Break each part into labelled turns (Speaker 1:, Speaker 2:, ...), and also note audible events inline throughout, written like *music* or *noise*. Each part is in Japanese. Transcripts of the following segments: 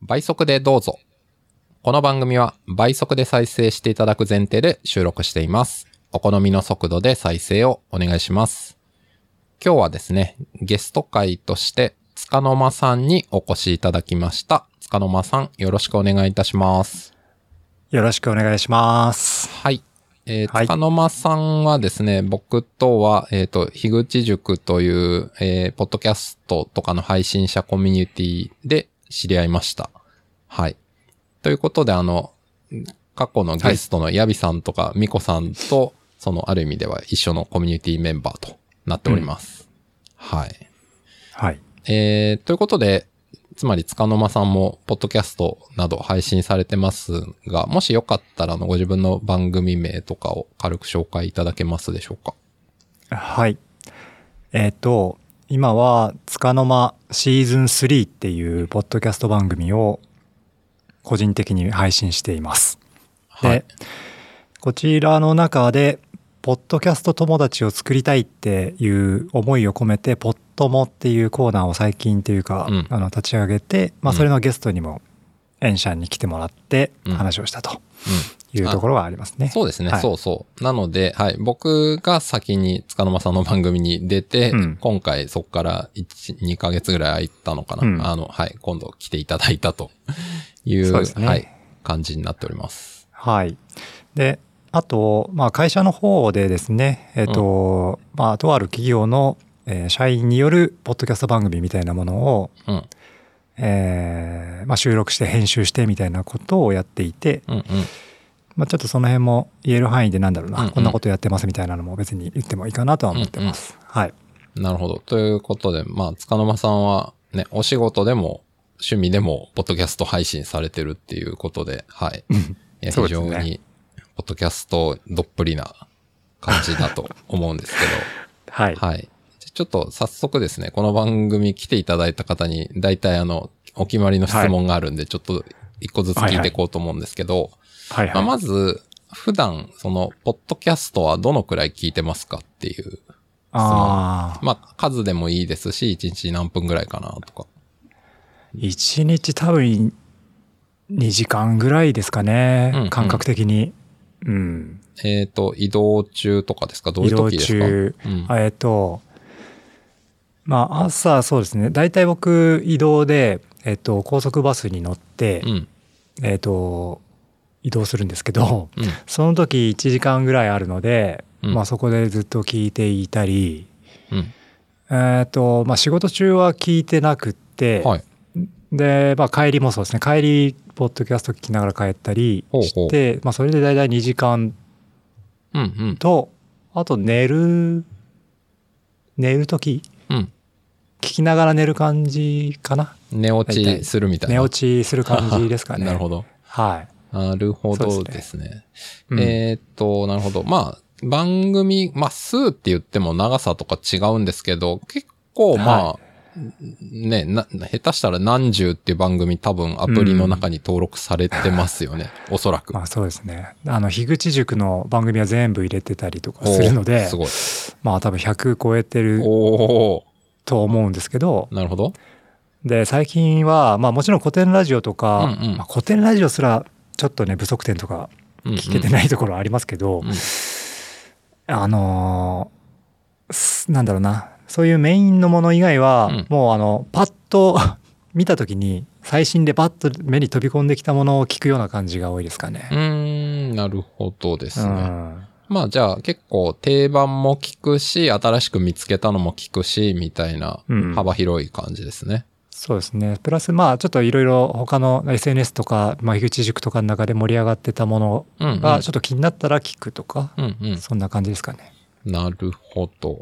Speaker 1: 倍速でどうぞ。この番組は倍速で再生していただく前提で収録しています。お好みの速度で再生をお願いします。今日はですね、ゲスト会として、つかの間さんにお越しいただきました。つかの間さん、よろしくお願いいたします。
Speaker 2: よろしくお願いします。
Speaker 1: はい。えー
Speaker 2: はい
Speaker 1: つかの間さんはですね、僕とは、えっ、と、樋口塾という、えーポッドキャストとかの配信者コミュニティで知り合いました。はい。ということで、あの、過去のゲストのヤビさんとかミコさんと、その、ある意味では一緒のコミュニティメンバーとなっております。はい。
Speaker 2: はい。
Speaker 1: えー、ということで、つまり、つかの間さんも、ポッドキャストなど配信されてますが、もしよかったら、あの、ご自分の番組名とかを軽く紹介いただけますでしょうか。
Speaker 2: はい。えっ、と、今は、つかの間シーズン3っていうポッドキャスト番組を個人的に配信しています。で、
Speaker 1: はい。
Speaker 2: こちらの中で、ポッドキャスト友達を作りたいっていう思いを込めて、ポットモっていうコーナーを最近というか、
Speaker 1: うん
Speaker 2: あの立ち上げて、まあ、
Speaker 1: うん
Speaker 2: それのゲストにも、エンシャンに来てもらって
Speaker 1: うん
Speaker 2: 話をしたと
Speaker 1: うん。
Speaker 2: いうところはありますね。
Speaker 1: そうですね、
Speaker 2: はい
Speaker 1: そうそう。なので、はい、僕が先につかの間さんの番組に出て、
Speaker 2: うん
Speaker 1: 今回そこから1、2ヶ月ぐらい空いたのかな。
Speaker 2: うん
Speaker 1: あの、はい、今度来ていただいたという、
Speaker 2: そうですね
Speaker 1: はい、感じになっております。
Speaker 2: はい。で、あと、まあ、会社の方でですね、えっ、と、まあ、とある企業の、えー社員によるポッドキャスト番組みたいなものを、
Speaker 1: うん、うん、
Speaker 2: えーまあ、収録して編集してみたいなことをやっていて、
Speaker 1: うん。
Speaker 2: まあ、ちょっとその辺も言える範囲でなんだろうな、
Speaker 1: うんうん
Speaker 2: こんなことやってますみたいなのも別に言ってもいいかなとは思ってます。はい。
Speaker 1: なるほど。ということで、まあ、つかの間さんはね、お仕事でも、趣味でも、ポッドキャスト配信されてるっていうことで、
Speaker 2: *laughs*
Speaker 1: はい。いや
Speaker 2: そ
Speaker 1: 非
Speaker 2: うです
Speaker 1: 常
Speaker 2: ね
Speaker 1: に、ポッドキャストどっぷりな感じだと思うんですけ
Speaker 2: *laughs* はい
Speaker 1: ど、。はい。じゃちょっと早速ですね、この番組来ていただいた方に、大体あの、お決まりの質問があるんで、ちょっと一個ずつ聞いていこうと思うんですけど、
Speaker 2: はい、
Speaker 1: まあ、
Speaker 2: はい。
Speaker 1: まず、普段、その、ポッドキャストはどのくらい聞いてますかっていう
Speaker 2: ああ、
Speaker 1: まあ、数でもいいですし、1日何分ぐらいかなとか。
Speaker 2: 一日多分2時間ぐらいですかね、
Speaker 1: うんうん
Speaker 2: 感覚的に。うん。
Speaker 1: えっ、と、移動中とかですかどういう時ですか
Speaker 2: 移動中
Speaker 1: うん。
Speaker 2: あえっと、まあ朝そうですね。大体僕移動で、えっと、高速バスに乗って、
Speaker 1: うん。
Speaker 2: えっと、移動するんですけど、
Speaker 1: うん。
Speaker 2: *laughs* その時1時間ぐらいあるので、
Speaker 1: うん
Speaker 2: まあそこでずっと聞いていたり、
Speaker 1: うん。
Speaker 2: えっと、まあ仕事中は聞いてなくって、
Speaker 1: はい。
Speaker 2: で、まあ帰りもそうですね。帰り、ポッドキャスト聞きながら帰ったりして、
Speaker 1: ほうほ
Speaker 2: まあそれで大体2時間
Speaker 1: うんうん。
Speaker 2: と、あと寝る、寝る時
Speaker 1: うん。
Speaker 2: 聞きながら寝る感じかな
Speaker 1: 寝落ちするみたいな。
Speaker 2: 寝落ちする感じですかね
Speaker 1: *laughs* なるほど。
Speaker 2: はい
Speaker 1: なるほ
Speaker 2: そ
Speaker 1: ど
Speaker 2: うで
Speaker 1: ですね。
Speaker 2: うん
Speaker 1: えっ、と、なるほど。まあ、番組、まあ、数って言っても長さとか違うんですけど、結構まあ、
Speaker 2: は
Speaker 1: ね、な、下手したら何十っていう番組多分アプリの中に登録されてますよね。おそらく。
Speaker 2: まあそうですねあの樋口塾の番組は全部入れてたりとかするの
Speaker 1: おー
Speaker 2: です
Speaker 1: ごい。
Speaker 2: まあ多分100超えてる
Speaker 1: お
Speaker 2: と思うんですけど
Speaker 1: おなるほど。
Speaker 2: で最近はまあもちろん古典ラジオとか、
Speaker 1: うんうん
Speaker 2: まあ、古典ラジオすらちょっとね不足点とか聞けてないところありますけど、
Speaker 1: うん
Speaker 2: あのーすなんだろうなそういうメインのもの以外は、
Speaker 1: うん
Speaker 2: もうあのパッと *laughs* 見た時に最新でパッと目に飛び込んできたものを聞くような感じが多いですか
Speaker 1: う
Speaker 2: ね。
Speaker 1: ーん、なるほどです
Speaker 2: う
Speaker 1: ね。
Speaker 2: ん
Speaker 1: まあじゃあ結構定番も聞くし、新しく見つけたのも聞くし、みたいな
Speaker 2: うん
Speaker 1: 幅広い感じですね。
Speaker 2: そうですねプラスまあちょっといろいろ他の SNS とか、まあ、樋口塾とかの中で盛り上がってたもの
Speaker 1: うん、うん。
Speaker 2: がちょっと気になったら聞くとか、
Speaker 1: うんうん。
Speaker 2: そんな感じですかね。
Speaker 1: なるほど。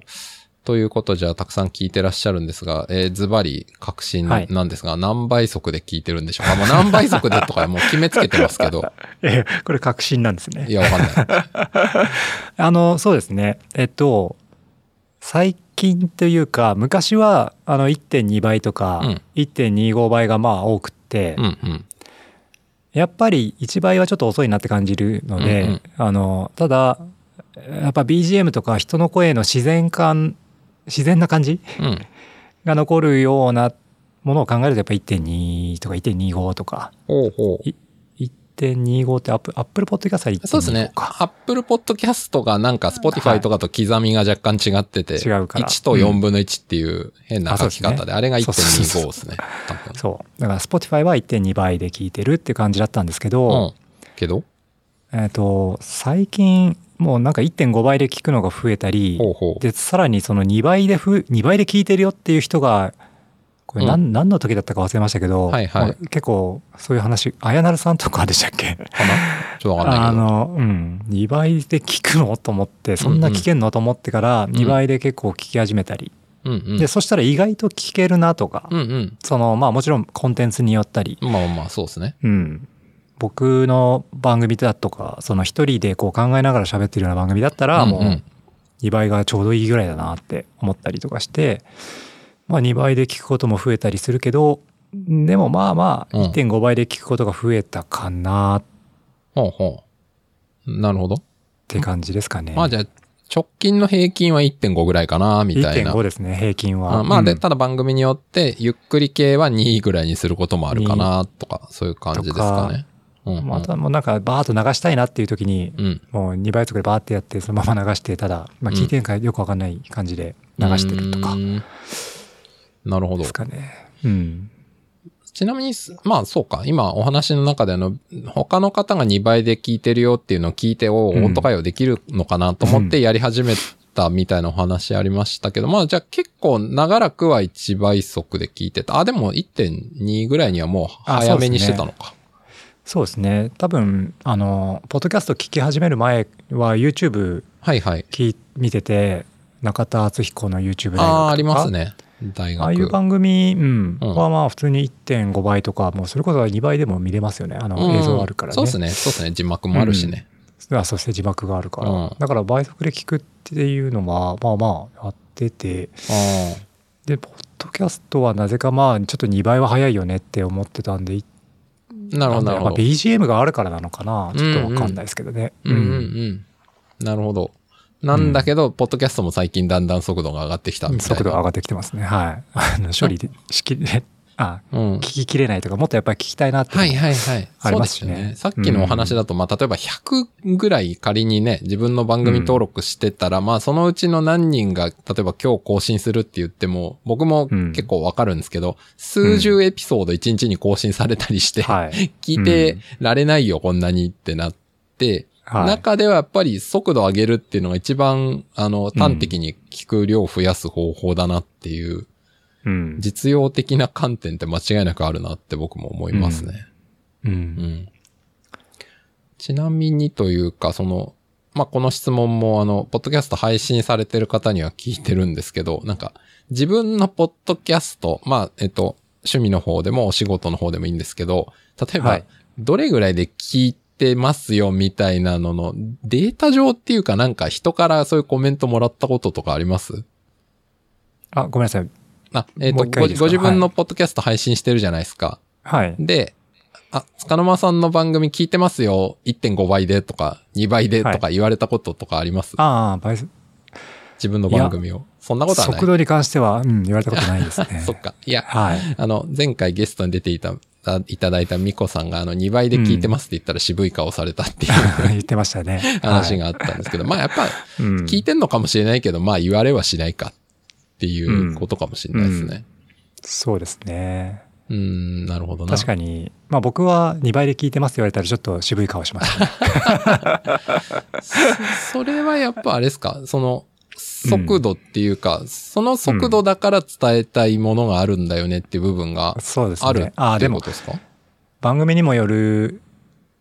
Speaker 1: ということじゃあたくさん聞いてらっしゃるんですが、えーズバリ確信
Speaker 2: はい
Speaker 1: なんですが、何倍速で聞いてるんでしょうかまあ何倍速でとかもう決めつけてますけ
Speaker 2: *laughs*
Speaker 1: ど、
Speaker 2: えこれ確信なんですね
Speaker 1: い。やわかんない。
Speaker 2: あの、そうですね。えっと、最近というか、昔は、あの、1.2倍とか、
Speaker 1: うん
Speaker 2: 1.25倍がまあ多くって、
Speaker 1: うんうん。
Speaker 2: やっぱり1倍はちょっと遅いなって感じるので、
Speaker 1: うんうん
Speaker 2: あの、ただ、やっぱ BGM とか人の声の自然感、自然な感じ
Speaker 1: うん。
Speaker 2: が残るようなものを考えるとやっぱ1.2とか1.25とか、
Speaker 1: ほうほう。
Speaker 2: 1.25ってアップ、アップルポッドキャストは1.25
Speaker 1: そうですね。
Speaker 2: か。
Speaker 1: Apple Podcast がなんか Spotify とかと刻みが若干違ってて、
Speaker 2: 違うから
Speaker 1: 1と4分の1っていう変な
Speaker 2: あそ
Speaker 1: 書
Speaker 2: うで
Speaker 1: き
Speaker 2: すね
Speaker 1: 方で、あれが
Speaker 2: そうそうそ
Speaker 1: 1.25
Speaker 2: うそう
Speaker 1: ですね。多分。
Speaker 2: そう。だから Spotify は1.2倍で聞いてるって感じだったんですけど、
Speaker 1: うん。けど
Speaker 2: えっ、と、最近、もうなんか1.5倍で聞くのが増えたり、
Speaker 1: ほうほう。
Speaker 2: で、さらにその2倍でふ、2倍で聞いてるよっていう人が、これ何,、何の時だったか忘れましたけど、
Speaker 1: はいはい
Speaker 2: もう結構そういう話、あやなるさんとかでしたっけ
Speaker 1: かなちょっとわかんない
Speaker 2: あ
Speaker 1: けど。
Speaker 2: の、うん、2倍で聞くのと思って、そんな聞けんのと思ってから、2倍で結構聞き始めたり、
Speaker 1: うんうん。
Speaker 2: で、そしたら意外と聞けるなとか、
Speaker 1: うん
Speaker 2: その、まあもちろんコンテンツによったり、
Speaker 1: うん。まあまあ、そうですね。
Speaker 2: うん、僕の番組だとか、その一人でこう考えながら喋ってるような番組だったら、
Speaker 1: うんうん
Speaker 2: もう2倍がちょうどいいぐらいだなって思ったりとかして、まあ2倍で聞くことも増えたりするけど、でもまあまあ
Speaker 1: うん
Speaker 2: 1.5倍で聞くことが増えたかなっ
Speaker 1: ほうほう。なるほど。
Speaker 2: て感じですかね。
Speaker 1: まあじゃあ、直近の平均は1.5ぐらいかな、みたいな。
Speaker 2: 1.5ですね、平均は。
Speaker 1: あまあで、
Speaker 2: うん
Speaker 1: ただ番組によって、ゆっくり系は2ぐらいにすることもあるかな、とか、そういう感じですかね。うん、うん。
Speaker 2: またもうなんかバーッと流したいなっていう時に、
Speaker 1: うん。
Speaker 2: もう2倍とかでバーってやって、そのまま流して、ただ、まあ聞いてるかよくわかんない感じで流してるとか
Speaker 1: うー。ん。なるほど
Speaker 2: です。かね。うん。
Speaker 1: ちなみにす、まあそうか、今お話の中であの、他の方が2倍で聞いてるよっていうのを聞いて、おお、
Speaker 2: うん
Speaker 1: 音がよできるのかなと思ってやり始めたみたいなお話ありましたけど、まあじゃあ結構長らくは1倍速で聞いてた。あ、でも1.2ぐらいにはもう
Speaker 2: あ
Speaker 1: 早めにしてたのか。
Speaker 2: そうですね。多分、あの、ポッドキャスト聞き始める前は YouTube
Speaker 1: はいはい。
Speaker 2: 聞い見てて、中田敦彦の YouTube 大学とか
Speaker 1: ああー、あります。ね。大学。
Speaker 2: ああいう番組、うん、
Speaker 1: うん
Speaker 2: はまあ普通に1.5倍とか、もうそれこそ2倍でも見れますよね。あの映像あるからね。
Speaker 1: うんそうですね。そうですね。字幕もあるしね。
Speaker 2: あそして字幕があるから、
Speaker 1: うん
Speaker 2: だから倍速で聞くっていうのはまあまあやってて
Speaker 1: あー
Speaker 2: でポッドキャストはなぜかまあちょっと2倍は早いよねって思ってたんでい
Speaker 1: なるほど、なるほ
Speaker 2: まあ
Speaker 1: ど。
Speaker 2: BGM があるからなのかなちょっとわかんないですけどね、
Speaker 1: うんうんうん。なるほど。なんだけど、ポッドキャストも最近だんだん速度が上がってきたみたいな。
Speaker 2: 速度が上がってきてますねはいあの処理でしきれあ
Speaker 1: うん
Speaker 2: 聞。ききれないとかもっとやっぱり聞きたいなって、
Speaker 1: はいはいはい。
Speaker 2: あ
Speaker 1: そう
Speaker 2: り
Speaker 1: で
Speaker 2: ます
Speaker 1: す
Speaker 2: しね
Speaker 1: よね。さっきのお話だと、まあ、例えば100ぐらい仮にね、自分の番組登録してたら、まあ、そのうちの何人が、例えば今日更新するって言っても、僕も
Speaker 2: うん
Speaker 1: 結構わかるんですけど、数十エピソード1日に更新されたりして、
Speaker 2: はい、
Speaker 1: 聞いてられないよ、こんなにってなって、
Speaker 2: はい
Speaker 1: 中ではやっぱり速度上げるっていうのが一番、あの、端的に聞く量を増やす方法だなっていう、
Speaker 2: うん
Speaker 1: 実用的な観点って間違いなくあるなって僕も思いますね。
Speaker 2: う
Speaker 1: うん。
Speaker 2: ん
Speaker 1: ちなみにというか、その、まあ、この質問もあの、ポッドキャスト配信されてる方には聞いてるんですけど、なんか、自分のポッドキャスト、まあ、えっと、趣味の方でもお仕事の方でもいいんですけど、例えば、
Speaker 2: はい
Speaker 1: どれぐらいで聞いてますよみたいなのの、データ上っていうかなんか人からそういうコメントもらったこととかあります
Speaker 2: あごめんなさい
Speaker 1: あ、えっ、と
Speaker 2: もう一
Speaker 1: ご
Speaker 2: 回いいですか
Speaker 1: ご自分のポッドキャスト配信してるじゃないですか。
Speaker 2: はい
Speaker 1: で、あ、つかの間さんの番組聞いてますよ。1.5倍でとか、2倍でとか言われたこととかあります、
Speaker 2: ああ倍速
Speaker 1: 自分の番組を。そんなことはない。
Speaker 2: 速度に関しては、うん、言われたことないですね
Speaker 1: *laughs* そっか。いや、
Speaker 2: はい *laughs*
Speaker 1: あの、前回ゲストに出ていた、あいただいたミコさんが、あの、2倍で聞いてますって言ったら渋い顔されたって *laughs* いう
Speaker 2: 言ってましたね
Speaker 1: 話
Speaker 2: が、
Speaker 1: があったんですけど、まあやっぱ、
Speaker 2: うん
Speaker 1: 聞いてんのかもしれないけど、まあ言われはしないかっていうことかもしれないですね。
Speaker 2: そうですね
Speaker 1: うん、んなるほどな。
Speaker 2: 確かにまあ僕は2倍で聞いてますって言われたらちょっと渋い顔しましたね
Speaker 1: *laughs* それはやっぱあれですかその、速度っていうか、その速度だから伝えたいものがあるんだよねっていう部分 *laughs* が
Speaker 2: そうですね
Speaker 1: ある
Speaker 2: ああ
Speaker 1: ってい
Speaker 2: で
Speaker 1: う
Speaker 2: も
Speaker 1: ことですか
Speaker 2: 番組にもよる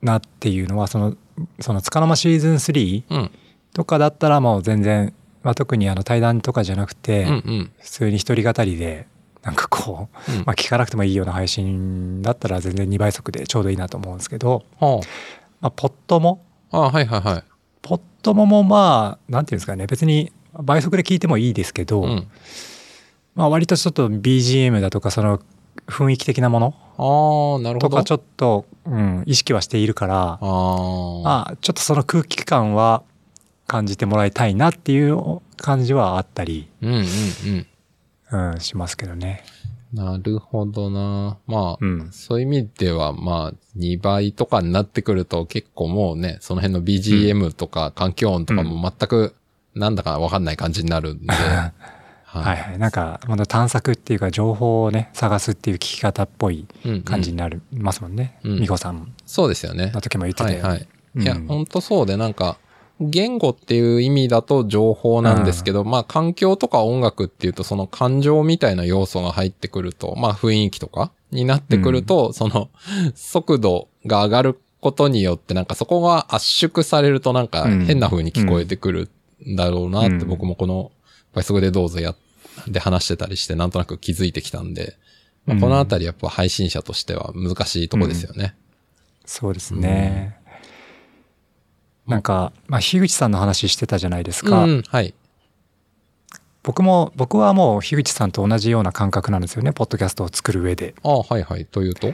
Speaker 2: なっていうのはそのそのつかの間シーズン3
Speaker 1: うん。
Speaker 2: とかだったらもう全然、まあ、特にあの対談とかじゃなくて、
Speaker 1: うんうん。
Speaker 2: 普通に一人語りでなんかこう、
Speaker 1: うん
Speaker 2: まあ、聞かなくてもいいような配信だったら全然2倍速でちょうどいいなと思うんですけど、
Speaker 1: は
Speaker 2: まあ、ポットも
Speaker 1: あ、ああはいはいはい。
Speaker 2: ポットももまあなんていうんですかね別に倍速で聞いてもいいですけど、
Speaker 1: うん。
Speaker 2: まあ、割とちょっと BGM だとかその雰囲気的なもの
Speaker 1: ああ、なるほ
Speaker 2: と
Speaker 1: ど。
Speaker 2: かちょっと、うん、意識はしているか
Speaker 1: あ
Speaker 2: ら
Speaker 1: あ。
Speaker 2: まあ、ちょっとその空気感は感じてもらいたいなっていう感じはあったり、
Speaker 1: うんうんうん。
Speaker 2: うん、しますけどね。
Speaker 1: なるほどな。まあ、
Speaker 2: うん。
Speaker 1: そういう意味では、まあ、2倍とかになってくると結構もうね、その辺の BGM とか環境音とかも全くなんだかわかんない感じになるんで。
Speaker 2: *laughs*
Speaker 1: は
Speaker 2: はいはい。なんか、まだ探索っていうか、情報をね、探すっていう聞き方っぽい
Speaker 1: い。うんうん
Speaker 2: 感じになりますもんね。
Speaker 1: うん
Speaker 2: ミコさん
Speaker 1: そうですよね
Speaker 2: の。時も言って
Speaker 1: は
Speaker 2: た
Speaker 1: い
Speaker 2: よね
Speaker 1: はい。
Speaker 2: うん
Speaker 1: いや、ほんとそうで、なんか、言語っていう意味だと情報なんですけど、まあ環境とか音楽っていうとその感情みたいな要素が入ってくると、まあ雰囲気とかになってくると、その速度が上がることによってなんかそこが圧縮されるとなんか
Speaker 2: うん
Speaker 1: 変な風に聞こえてくるんだろうなっ
Speaker 2: う
Speaker 1: て
Speaker 2: ん
Speaker 1: 僕もこの倍速でどうぞやで話してたりしてなんとなく気づいてきたんで、まあ、このあたりやっぱ配信者としては難しいとこですよね。
Speaker 2: そうですね。なんか、まあ、樋口さんの話してたじゃないですか。
Speaker 1: うん、はい。
Speaker 2: 僕も、僕はもう樋口さんと同じような感覚なんですよね、ポッドキャストを作る上で。
Speaker 1: ああ、はいはい。というと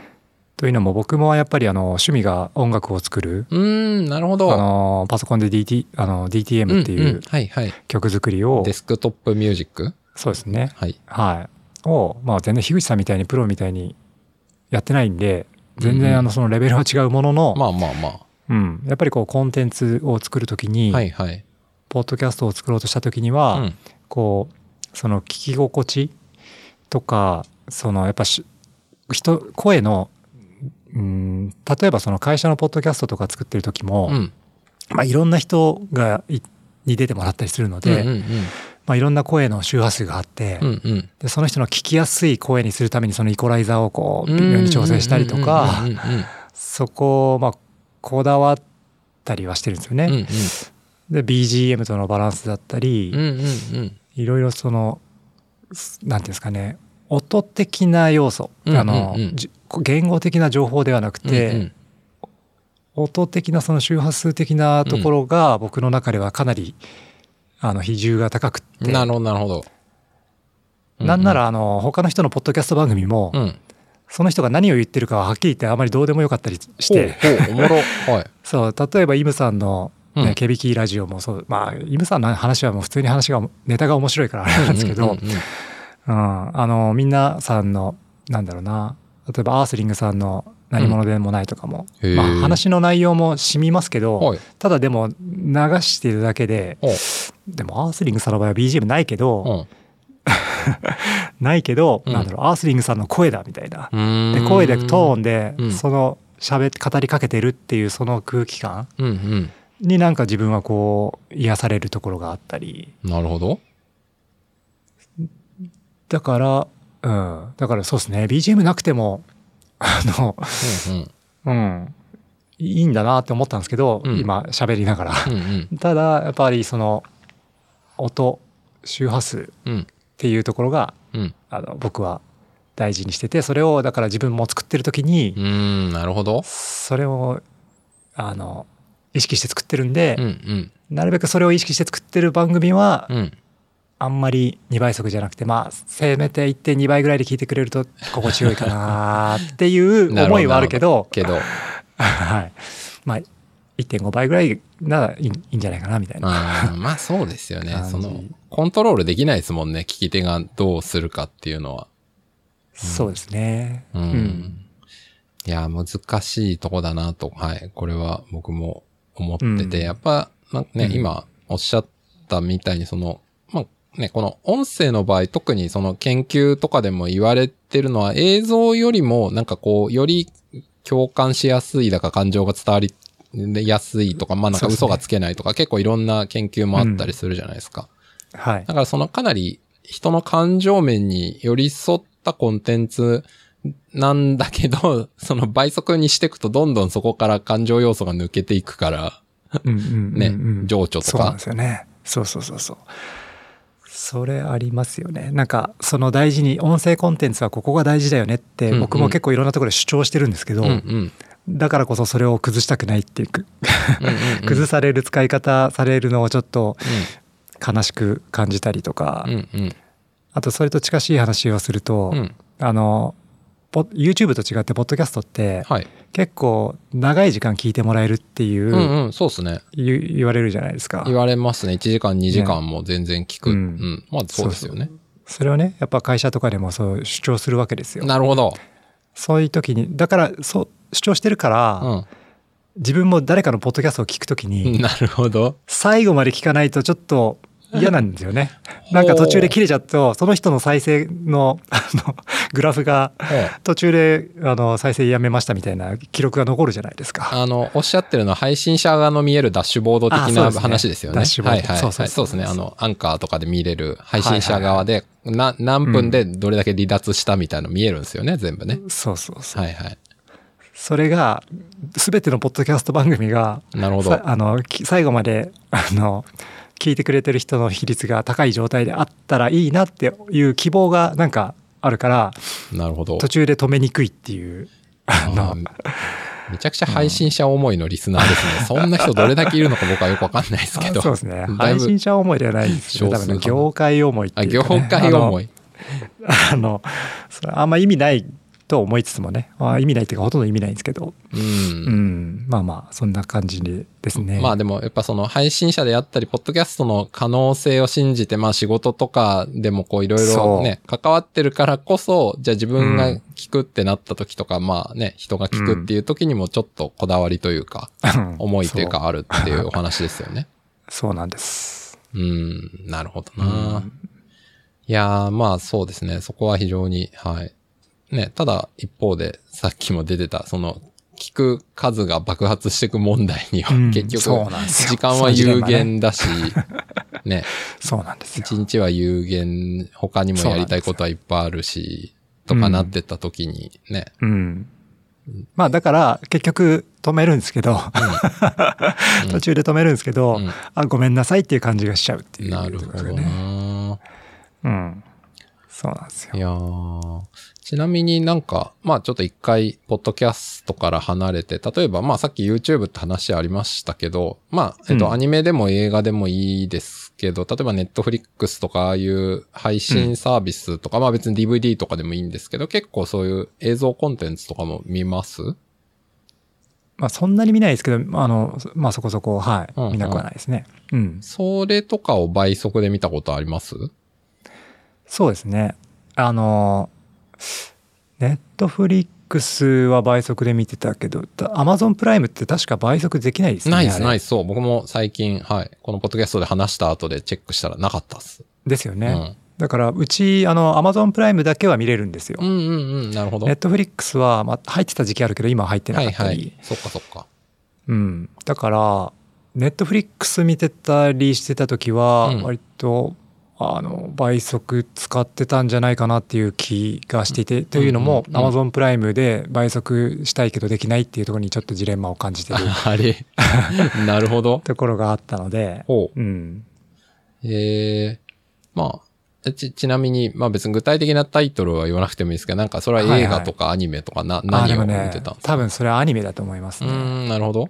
Speaker 2: というのも、僕もやっぱりあの趣味が音楽を作る、
Speaker 1: うーん、なるほ
Speaker 2: あ
Speaker 1: ど。
Speaker 2: のパソコンで DT あの DTM って
Speaker 1: ん
Speaker 2: い
Speaker 1: ん
Speaker 2: う
Speaker 1: はいはい。
Speaker 2: 曲作りを、
Speaker 1: デスクトップミュージック
Speaker 2: そうですね、
Speaker 1: はい。
Speaker 2: はい、を、まあ、全然樋口さんみたいにプロみたいにやってないんで、全
Speaker 1: うんうん
Speaker 2: 然あのそのレベルは違うものの、
Speaker 1: まあまあまあ。
Speaker 2: うん、やっぱりこうコンテンツを作るときに、
Speaker 1: はいはい。
Speaker 2: ポッドキャストを作ろうとしたときに
Speaker 1: う
Speaker 2: は、
Speaker 1: ん。
Speaker 2: こうその聞き心地とかそのやっぱし人声のうん例えばその会社のポッドキャストとか作ってる時も、
Speaker 1: うん。
Speaker 2: まあ、いろんな人がいに出てもらったりするので、
Speaker 1: うんうん
Speaker 2: まあ、いろんな声の周波数があって、
Speaker 1: うん。うんうん。
Speaker 2: でその人の聞きやすい声にするためにそのイコライザーをこう微妙に調整したりとか
Speaker 1: うんうんうん
Speaker 2: そこをまあこだわったりはしてるんですよね。
Speaker 1: うんうん。
Speaker 2: で BGM とのバランスだったり、
Speaker 1: うんうんうん
Speaker 2: いろいろそのすなんていうんですかね音的な要素、
Speaker 1: うん
Speaker 2: あの
Speaker 1: うんうん
Speaker 2: じ言語的な情報ではなく
Speaker 1: うん。
Speaker 2: て、
Speaker 1: うん
Speaker 2: 音的なその周波数的なところが僕の中ではかなり、あの比重が高くって
Speaker 1: うん、なるほどなるほど。う
Speaker 2: なんな、らあの他の人のポッドキャスト番組も、
Speaker 1: うん。
Speaker 2: その人が何を言ってるかははっきり言ってあまりどうでもよかったりして
Speaker 1: ほう、ほう、おもろ。はい。
Speaker 2: そう例えばイムさんの、
Speaker 1: う
Speaker 2: ね
Speaker 1: ん
Speaker 2: ケビキラジオもそうまあイムさんの話はもう普通に話がネタが面白いからあれなんですけど、
Speaker 1: うんうんうん
Speaker 2: うん、あのみんなさんのなんだろうな例えばアースリングさんの「何者でもない」とかも、
Speaker 1: うんへー
Speaker 2: まあ、話の内容も染みますけど、
Speaker 1: はい。
Speaker 2: ただでも流してるだけで
Speaker 1: おう
Speaker 2: でもアースリングさんの場合は BGM ないけど、
Speaker 1: うん
Speaker 2: ないけど、
Speaker 1: うん
Speaker 2: なんだろうアースリングさんの声だみたいな
Speaker 1: う、ーん。
Speaker 2: で声でトーンで、
Speaker 1: うん
Speaker 2: その喋って語りかけてるっていうその空気感
Speaker 1: ン。うん
Speaker 2: になんか自分はこう癒されるところがあったり
Speaker 1: うん。なるほど。
Speaker 2: だから、うん、だからそうですね BGM なくても *laughs* あの
Speaker 1: うんうん。
Speaker 2: うん、いいんだなって思ったんですけど、
Speaker 1: うん
Speaker 2: 今喋りながら。 *laughs*
Speaker 1: うん
Speaker 2: ただやっぱりその音周波数っ
Speaker 1: うん。うん。
Speaker 2: ていうところが
Speaker 1: うん。
Speaker 2: あの僕は大事にしててそれをだから自分も作ってる時に、
Speaker 1: うーん、なるほど。
Speaker 2: それをあの意識して作ってるんで
Speaker 1: うん、うん。
Speaker 2: なるべくそれを意識して作ってる番組は、
Speaker 1: うん。
Speaker 2: あんまり2倍速じゃなくてまあせめて1.2倍ぐらいで聞いてくれると心地よいかなって
Speaker 1: *laughs*
Speaker 2: いう思いはあるけど
Speaker 1: けど、
Speaker 2: *laughs* はい。まあ、1.5倍ぐらいならいいいいんじゃないかな、みたいな。
Speaker 1: あーまあそうですよね
Speaker 2: 感。じ
Speaker 1: その、コントロールできないですもんね。聞き手がどうするかっていうのは。
Speaker 2: そうですね。
Speaker 1: うん。。いや、難しいとこだなと、はい。これは僕も思ってて、
Speaker 2: うん
Speaker 1: やっぱ、なんかね、
Speaker 2: うん
Speaker 1: 今おっしゃったみたいに、その、まあね、この音声の場合、特にその研究とかでも言われてるのは、映像よりも、なんかこう、より共感しやすいだか感情が伝わりやすいとか、まあなんか嘘がつけないとか、結構いろんな研究もあったりするじゃないですか。 *laughs*
Speaker 2: はい。
Speaker 1: だからそのかなり人の感情面に寄り添ったコンテンツなんだけど、 *laughs* その倍速にしていくとどんどんそこから感情要素が抜けていくから、
Speaker 2: うんうんうんうん
Speaker 1: ね、情緒と
Speaker 2: そうなん
Speaker 1: か
Speaker 2: で。すよね。そうそうそうそう。それありますよね。なんか、その大事に、音声コンテンツはここが大事だよねって、
Speaker 1: うん
Speaker 2: 僕も結構いろんなところで主張してるんですけど、
Speaker 1: うんうん。
Speaker 2: だからこそそれを崩したくないっていうか、
Speaker 1: うんうんうん
Speaker 2: *laughs* 崩される使い方されるのをちょっと悲しく感じたりとか、
Speaker 1: うんうん
Speaker 2: あとそれと近しい話をすると、
Speaker 1: うんうん。
Speaker 2: あの、ポ YouTube と違って、ポッドキャストって、
Speaker 1: はい。
Speaker 2: 結構長い時間聞いてもらえるっていう、
Speaker 1: うんうん、そうですね。
Speaker 2: 言言われるじゃないですか。
Speaker 1: 言われますね。1時間2時間も全然聞く。う
Speaker 2: うん
Speaker 1: ん。まあそうですよね。
Speaker 2: それをねやっぱ会社とかでもそう主張するわけですよ
Speaker 1: なるほど。
Speaker 2: そういう時にだからそう主張してるから、
Speaker 1: う
Speaker 2: 自分も誰かのポッドキャストを聞くときに、
Speaker 1: *laughs* ん。なるほど。
Speaker 2: 最後まで聞かないとちょっと嫌なんです
Speaker 1: *laughs*
Speaker 2: よねなんか途中で切れちゃうとその人の再生の *laughs* あのグラフが
Speaker 1: ええ
Speaker 2: 途中であの再生やめましたみたいな記録が残るじゃないですか。
Speaker 1: あの、おっしゃってるのは配信者側の見えるダッシュボード的
Speaker 2: あそう
Speaker 1: な
Speaker 2: ですね
Speaker 1: 話ですよね。
Speaker 2: ダッシュボード
Speaker 1: はいはい。
Speaker 2: そうそうそう
Speaker 1: はいそうですね。あの、アンカーとかで見れる配信者側で、な、何分でどれだけ離脱したみたいなの見えるんですよね、全部ね。
Speaker 2: そうそうそう。
Speaker 1: はいはい。
Speaker 2: それが全てのポッドキャスト番組が
Speaker 1: なるほど
Speaker 2: さ。あのき最後まであの聞いてくれてる人の比率が高い状態であったらいいなっていう希望がなんかあるから
Speaker 1: なるほど
Speaker 2: 途。中で止めにくいっていうあ
Speaker 1: あ
Speaker 2: の
Speaker 1: ーめちゃくちゃ配信者思いのリスナーですね。そんな人どれだけいるのか僕はよくわかんないですけど。
Speaker 2: あそうですね
Speaker 1: だいぶ
Speaker 2: 配信者思いではないですけど
Speaker 1: 少
Speaker 2: 多
Speaker 1: 数
Speaker 2: 分
Speaker 1: 派
Speaker 2: ね業界思いって
Speaker 1: あ、
Speaker 2: いう
Speaker 1: 業
Speaker 2: かね
Speaker 1: 界思い。
Speaker 2: *laughs* あのあのそれあんま意味ないと思いつつもね、まあ、意味ないっていうかほとんど意味ないんですけど、
Speaker 1: う。
Speaker 2: うんん、まあまあそんな感じですね
Speaker 1: まあでもやっぱその配信者であったり、ポッドキャストの可能性を信じて、まあ仕事とかでもこういろいろね、関わってるからこそ、じゃあ自分が聞くってなった時とか、まあね、人が聞くっていう時にもちょっとこだわりというか、
Speaker 2: うん
Speaker 1: *laughs* 思いというかあるっていうお話ですよね。
Speaker 2: そうそうなんです
Speaker 1: うん、なるほどな、
Speaker 2: うん
Speaker 1: いやー、まあそうですね。そこは非常に、はい。ね、ただ一方で、さっきも出てた、その、聞く数が爆発していく問題には、
Speaker 2: うん
Speaker 1: 結局、
Speaker 2: そうなんですよ
Speaker 1: 時間は有限だし、ね、
Speaker 2: そうなんですよ
Speaker 1: 一日は有限、他にもやりたいことはいっぱいあるし、とかなってった時に、ね、
Speaker 2: うん。まあだから結局止めるんです *laughs* けど、
Speaker 1: うん
Speaker 2: 途中で止めるんですけど、
Speaker 1: うん
Speaker 2: あごめんなさいっていう感じがしちゃうっていう
Speaker 1: なるほ
Speaker 2: とこ
Speaker 1: どな
Speaker 2: ろでね。うん。そうなんですよ
Speaker 1: い。やーちなみになんか、まあちょっと一回、ポッドキャストから離れて、例えばまあさっき YouTube って話ありましたけど、まあ、えっ
Speaker 2: う
Speaker 1: と、
Speaker 2: ん
Speaker 1: アニメでも映画でもいいですけど、例えば Netflix とかああいう配信サービスとか、まあ別に DVD とかでもいいんですけど、結構そういう映像コンテンツとかも見ます
Speaker 2: まあそんなに見ないですけど、あの、まあそこそこ、はい、
Speaker 1: うんうん
Speaker 2: 見なくはないですね。うん。
Speaker 1: それとかを倍速で見たことあります
Speaker 2: そうですね。あの、ネットフリックスは倍速で見てたけど、アマゾンプライムって確か倍速できないですね。
Speaker 1: ないです、ないで
Speaker 2: い
Speaker 1: す。そう、僕も最近、はい、このポッドキャストで話した後でチェックしたらなかったっす。
Speaker 2: ですよね。だから、うち、あの、アマゾンプライムだけは見れるんですよ
Speaker 1: うん。。うんうんうん、なるほど
Speaker 2: ネッ。トフリックスは、まあ、入ってた時期あるけど今は入ってなかったり、
Speaker 1: はいはい、そっかそっか *laughs*
Speaker 2: うん、だからネットフリックス見てたりしてた時は
Speaker 1: うん
Speaker 2: 割と、あの倍速使ってたんじゃないかなっていう気がしていて、というのも
Speaker 1: うんうん
Speaker 2: Amazon プライムで倍速したいけどできないっていうところにちょっとジレンマを感じてる
Speaker 1: あれ *laughs* なるほど
Speaker 2: ところがあったので、
Speaker 1: ほう
Speaker 2: うん、
Speaker 1: えー、まあちちなみに、まあ別に具体的なタイトルは言わなくてもいいですけど、なんかそれは映画とかアニメとかな、
Speaker 2: あで
Speaker 1: 何を
Speaker 2: も
Speaker 1: 見
Speaker 2: ね
Speaker 1: てたんですか、
Speaker 2: 多分それはアニメだと思います
Speaker 1: う
Speaker 2: ね。
Speaker 1: ーん、なるほど。
Speaker 2: だ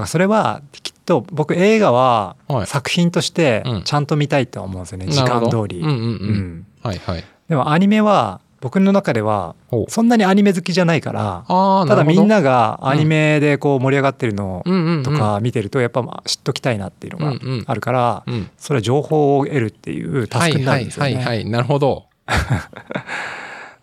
Speaker 2: からそれはきっと僕映画は
Speaker 1: はい
Speaker 2: 作品として
Speaker 1: うん
Speaker 2: ちゃんと見たいと思うんですよね、時
Speaker 1: なる
Speaker 2: 間
Speaker 1: ほど
Speaker 2: 通り。
Speaker 1: うんうんうん。
Speaker 2: うん
Speaker 1: はいはい。
Speaker 2: でもアニメは僕の中では
Speaker 1: ほう
Speaker 2: そんなにアニメ好きじゃないから
Speaker 1: ああ、
Speaker 2: た
Speaker 1: な
Speaker 2: だ
Speaker 1: るほど。
Speaker 2: みん、ながアニメでこう盛り上がってるの
Speaker 1: うんうんうん、
Speaker 2: と、か見てるとやっぱまあ知っときたいなっていうの
Speaker 1: うんうん
Speaker 2: があるから
Speaker 1: うん。
Speaker 2: それは情報を得るっていうタ
Speaker 1: は
Speaker 2: スク
Speaker 1: い
Speaker 2: にな
Speaker 1: は
Speaker 2: るん
Speaker 1: い
Speaker 2: ですよ
Speaker 1: はいは
Speaker 2: ね
Speaker 1: い。なるほど。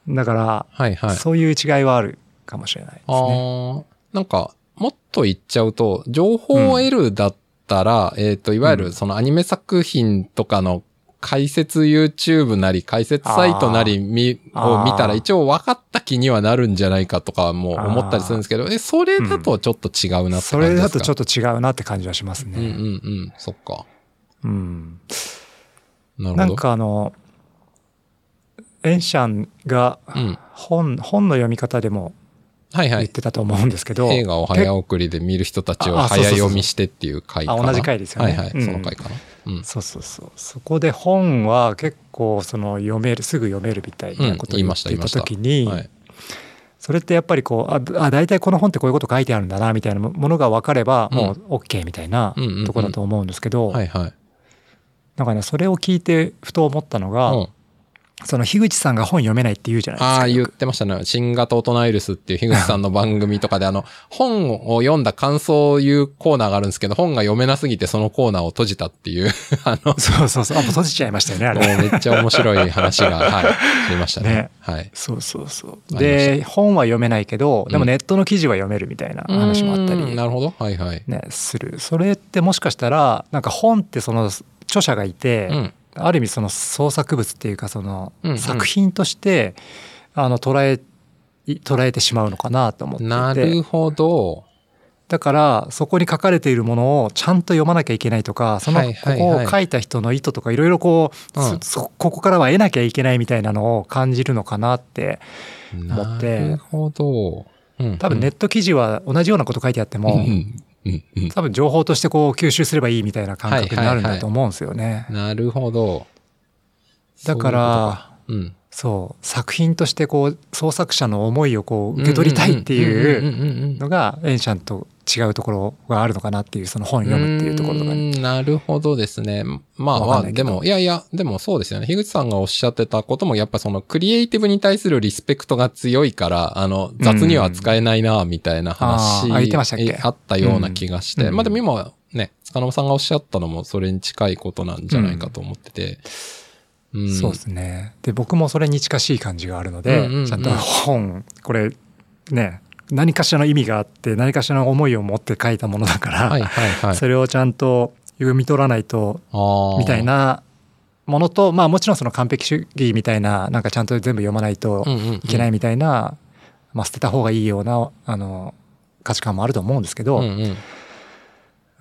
Speaker 2: だか
Speaker 1: はいは
Speaker 2: ら
Speaker 1: い。
Speaker 2: そういう違いはあるかもしれないですね。
Speaker 1: ああ、なんか、もっと言っちゃうと、情報を得るだったら、えっ、と、いわゆ
Speaker 2: う
Speaker 1: る
Speaker 2: ん
Speaker 1: そのアニメ作品とかの解説 YouTube なり、解説サイトなり見を
Speaker 2: あー
Speaker 1: 見たら、一応分かった気にはなるんじゃないかとかも思ったりするんですけど、え、それだとちょっと違うなって感じですか、
Speaker 2: それだとちょ
Speaker 1: っ
Speaker 2: っと違うなって感じはします
Speaker 1: うんうん
Speaker 2: ね。
Speaker 1: うん、そっか。
Speaker 2: うん
Speaker 1: なるほど。
Speaker 2: なん、かあのエンシャンが
Speaker 1: うん。
Speaker 2: 本本の読み方でも
Speaker 1: はいは
Speaker 2: 言っ
Speaker 1: い。
Speaker 2: てたと思うんですけど
Speaker 1: 映画を早送りで見る人たちを
Speaker 2: ああそう
Speaker 1: 早
Speaker 2: そうそう
Speaker 1: 読みしてっていう回かな。
Speaker 2: あ同じ回ですよね
Speaker 1: はいは
Speaker 2: う
Speaker 1: い、
Speaker 2: ん
Speaker 1: その回かな。うん。
Speaker 2: そうそうそうそこで本は結構その読めるすぐ読めるみたいなことを
Speaker 1: うん言い
Speaker 2: 言
Speaker 1: ま
Speaker 2: っ
Speaker 1: した
Speaker 2: てた時に、
Speaker 1: はい。
Speaker 2: それってやっぱりこうああ大体この本ってこういうこと書いてあるんだなみたいなものが分かれば
Speaker 1: うん
Speaker 2: もう OK みたいな
Speaker 1: うんうんうん
Speaker 2: とこだと思うんですけど、
Speaker 1: はいはい。
Speaker 2: なんかねそれを聞いてふと思ったのが、
Speaker 1: うん
Speaker 2: その樋口さんが本読めないって言うじゃないですか。
Speaker 1: ああ、言ってましたね。新型オトナウイルスっていう樋口さんの番組とかで、あ
Speaker 2: *laughs*
Speaker 1: の、本を読んだ感想を言うコーナーがあるんですけど、本が読めなすぎてそのコーナーを閉じたっていう、あの、
Speaker 2: *laughs* そうそうそう。あ、もう閉じちゃいましたよね、あれ。
Speaker 1: もうめっちゃ面白い話
Speaker 2: *laughs*
Speaker 1: が、はい、ありましたね。
Speaker 2: ね
Speaker 1: はい。
Speaker 2: そうそうそう。
Speaker 1: ありまし
Speaker 2: で、本は読めないけど、で
Speaker 1: う
Speaker 2: も
Speaker 1: ん
Speaker 2: ネットの記事は読めるみたいな話もあった
Speaker 1: うーん
Speaker 2: り、
Speaker 1: なるほど。はいはい。
Speaker 2: ね、する。それってもしかしたら、なんか本ってその著者がいて、
Speaker 1: うん。
Speaker 2: ある意味その創作物っていうかその
Speaker 1: うんうん
Speaker 2: 作品として、あの捉えい捉えてしまうのかなと思
Speaker 1: な
Speaker 2: ってい
Speaker 1: る
Speaker 2: て
Speaker 1: ほど。
Speaker 2: だからそこに書かれているものをちゃんと読まなきゃいけないとかその
Speaker 1: はい
Speaker 2: こ
Speaker 1: はい
Speaker 2: こ
Speaker 1: はい
Speaker 2: を書いた人の意図とかいろいろこう、
Speaker 1: うん
Speaker 2: そそここからは得なきゃいけないみたいなのを感じるのかなって思
Speaker 1: な
Speaker 2: って
Speaker 1: るほど。うん
Speaker 2: 多分ネット記事は同じようなこと書いてあって
Speaker 1: うんう
Speaker 2: も、
Speaker 1: んうんうん
Speaker 2: 多分情報としてこう吸収すればいいみたいな感覚になるんだと思うんですよね。
Speaker 1: なるほど。
Speaker 2: だから
Speaker 1: そういうこ
Speaker 2: そう作品としてこう創作者の思いをこ
Speaker 1: とか、
Speaker 2: う
Speaker 1: うん、
Speaker 2: 受け取りたいってい
Speaker 1: ん
Speaker 2: うん
Speaker 1: んうんうん
Speaker 2: のがエンシャンと違うところがあるのかなっていうその本読むっていうところとかね。
Speaker 1: うーんなるほどですね。まあ
Speaker 2: わか
Speaker 1: ま
Speaker 2: ん
Speaker 1: あ、
Speaker 2: ないけ
Speaker 1: で
Speaker 2: ど
Speaker 1: も、いやいや、でもそうですよね。樋口さんがおっしゃってたことも、やっぱそのクリエイティブに対するリスペクトが強いから、あの、雑には扱えないな、みたいな話、
Speaker 2: あーあ言ってましたっけ
Speaker 1: えあったような気がして。
Speaker 2: うん
Speaker 1: まあでも今、ね、塚野さんがおっしゃったのも、それに近いことなんじゃないかと思ってて。うん
Speaker 2: そうですね。で僕もそれに近しい感じがあるので、
Speaker 1: うんうんうん
Speaker 2: ちゃんと本これね何かしらの意味があって何かしらの思いを持って書いたものだから、
Speaker 1: はいはいはい。
Speaker 2: それをちゃんと読み取らないと
Speaker 1: あー
Speaker 2: みたい。なものとまあもちろんその完璧主義みたいななんかちゃんと全部読まないと
Speaker 1: うんうんうん
Speaker 2: いけないみたいな、まあ、捨てた方がいいようなあの価値観もあると思うんですけど、
Speaker 1: う
Speaker 2: うん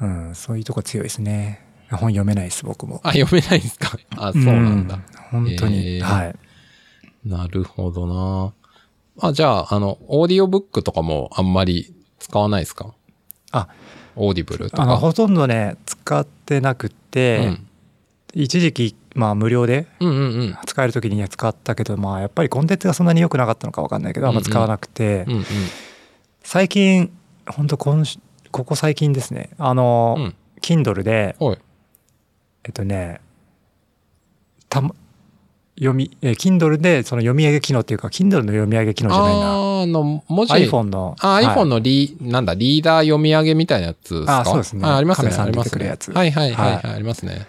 Speaker 1: うんん。
Speaker 2: そういうとこ強いですね本読めないです僕も
Speaker 1: あ、読めないんですか。あ、そうなんだ。
Speaker 2: うん本当に、
Speaker 1: えー
Speaker 2: はい
Speaker 1: なるほどな。あ、じゃあ、あの、オーディオブックとかもあんまり使わないですか
Speaker 2: あ、
Speaker 1: オーディブルと
Speaker 2: あの
Speaker 1: か。
Speaker 2: ほとんどね使ってなく
Speaker 1: う
Speaker 2: て、
Speaker 1: ん、
Speaker 2: 一時期まあ無料で
Speaker 1: うんうん
Speaker 2: 使える時には使ったけどまあやっぱりコンテンツがそんなに良くなかったのか分かんないけどあんま使わなくて、
Speaker 1: うん。うんうん。
Speaker 2: 最近本当今週ここ最近ですねあの、
Speaker 1: うん
Speaker 2: Kindle で
Speaker 1: おい。
Speaker 2: えっとねたま読みえー Kindle でその読み上げ機能っていうか Kindle の読み上げ機能じゃないな
Speaker 1: あーあの、文字。
Speaker 2: iPhone の
Speaker 1: あ、
Speaker 2: はい
Speaker 1: iPhone のリ、なんだ、リーダー読み上げみたいなやつですか
Speaker 2: あそうですね
Speaker 1: あありますね。
Speaker 2: カメラ
Speaker 1: あり
Speaker 2: に出
Speaker 1: ま
Speaker 2: て
Speaker 1: す
Speaker 2: くる
Speaker 1: ね。
Speaker 2: やつ
Speaker 1: はいはいはい、はい、
Speaker 2: は
Speaker 1: ありますね。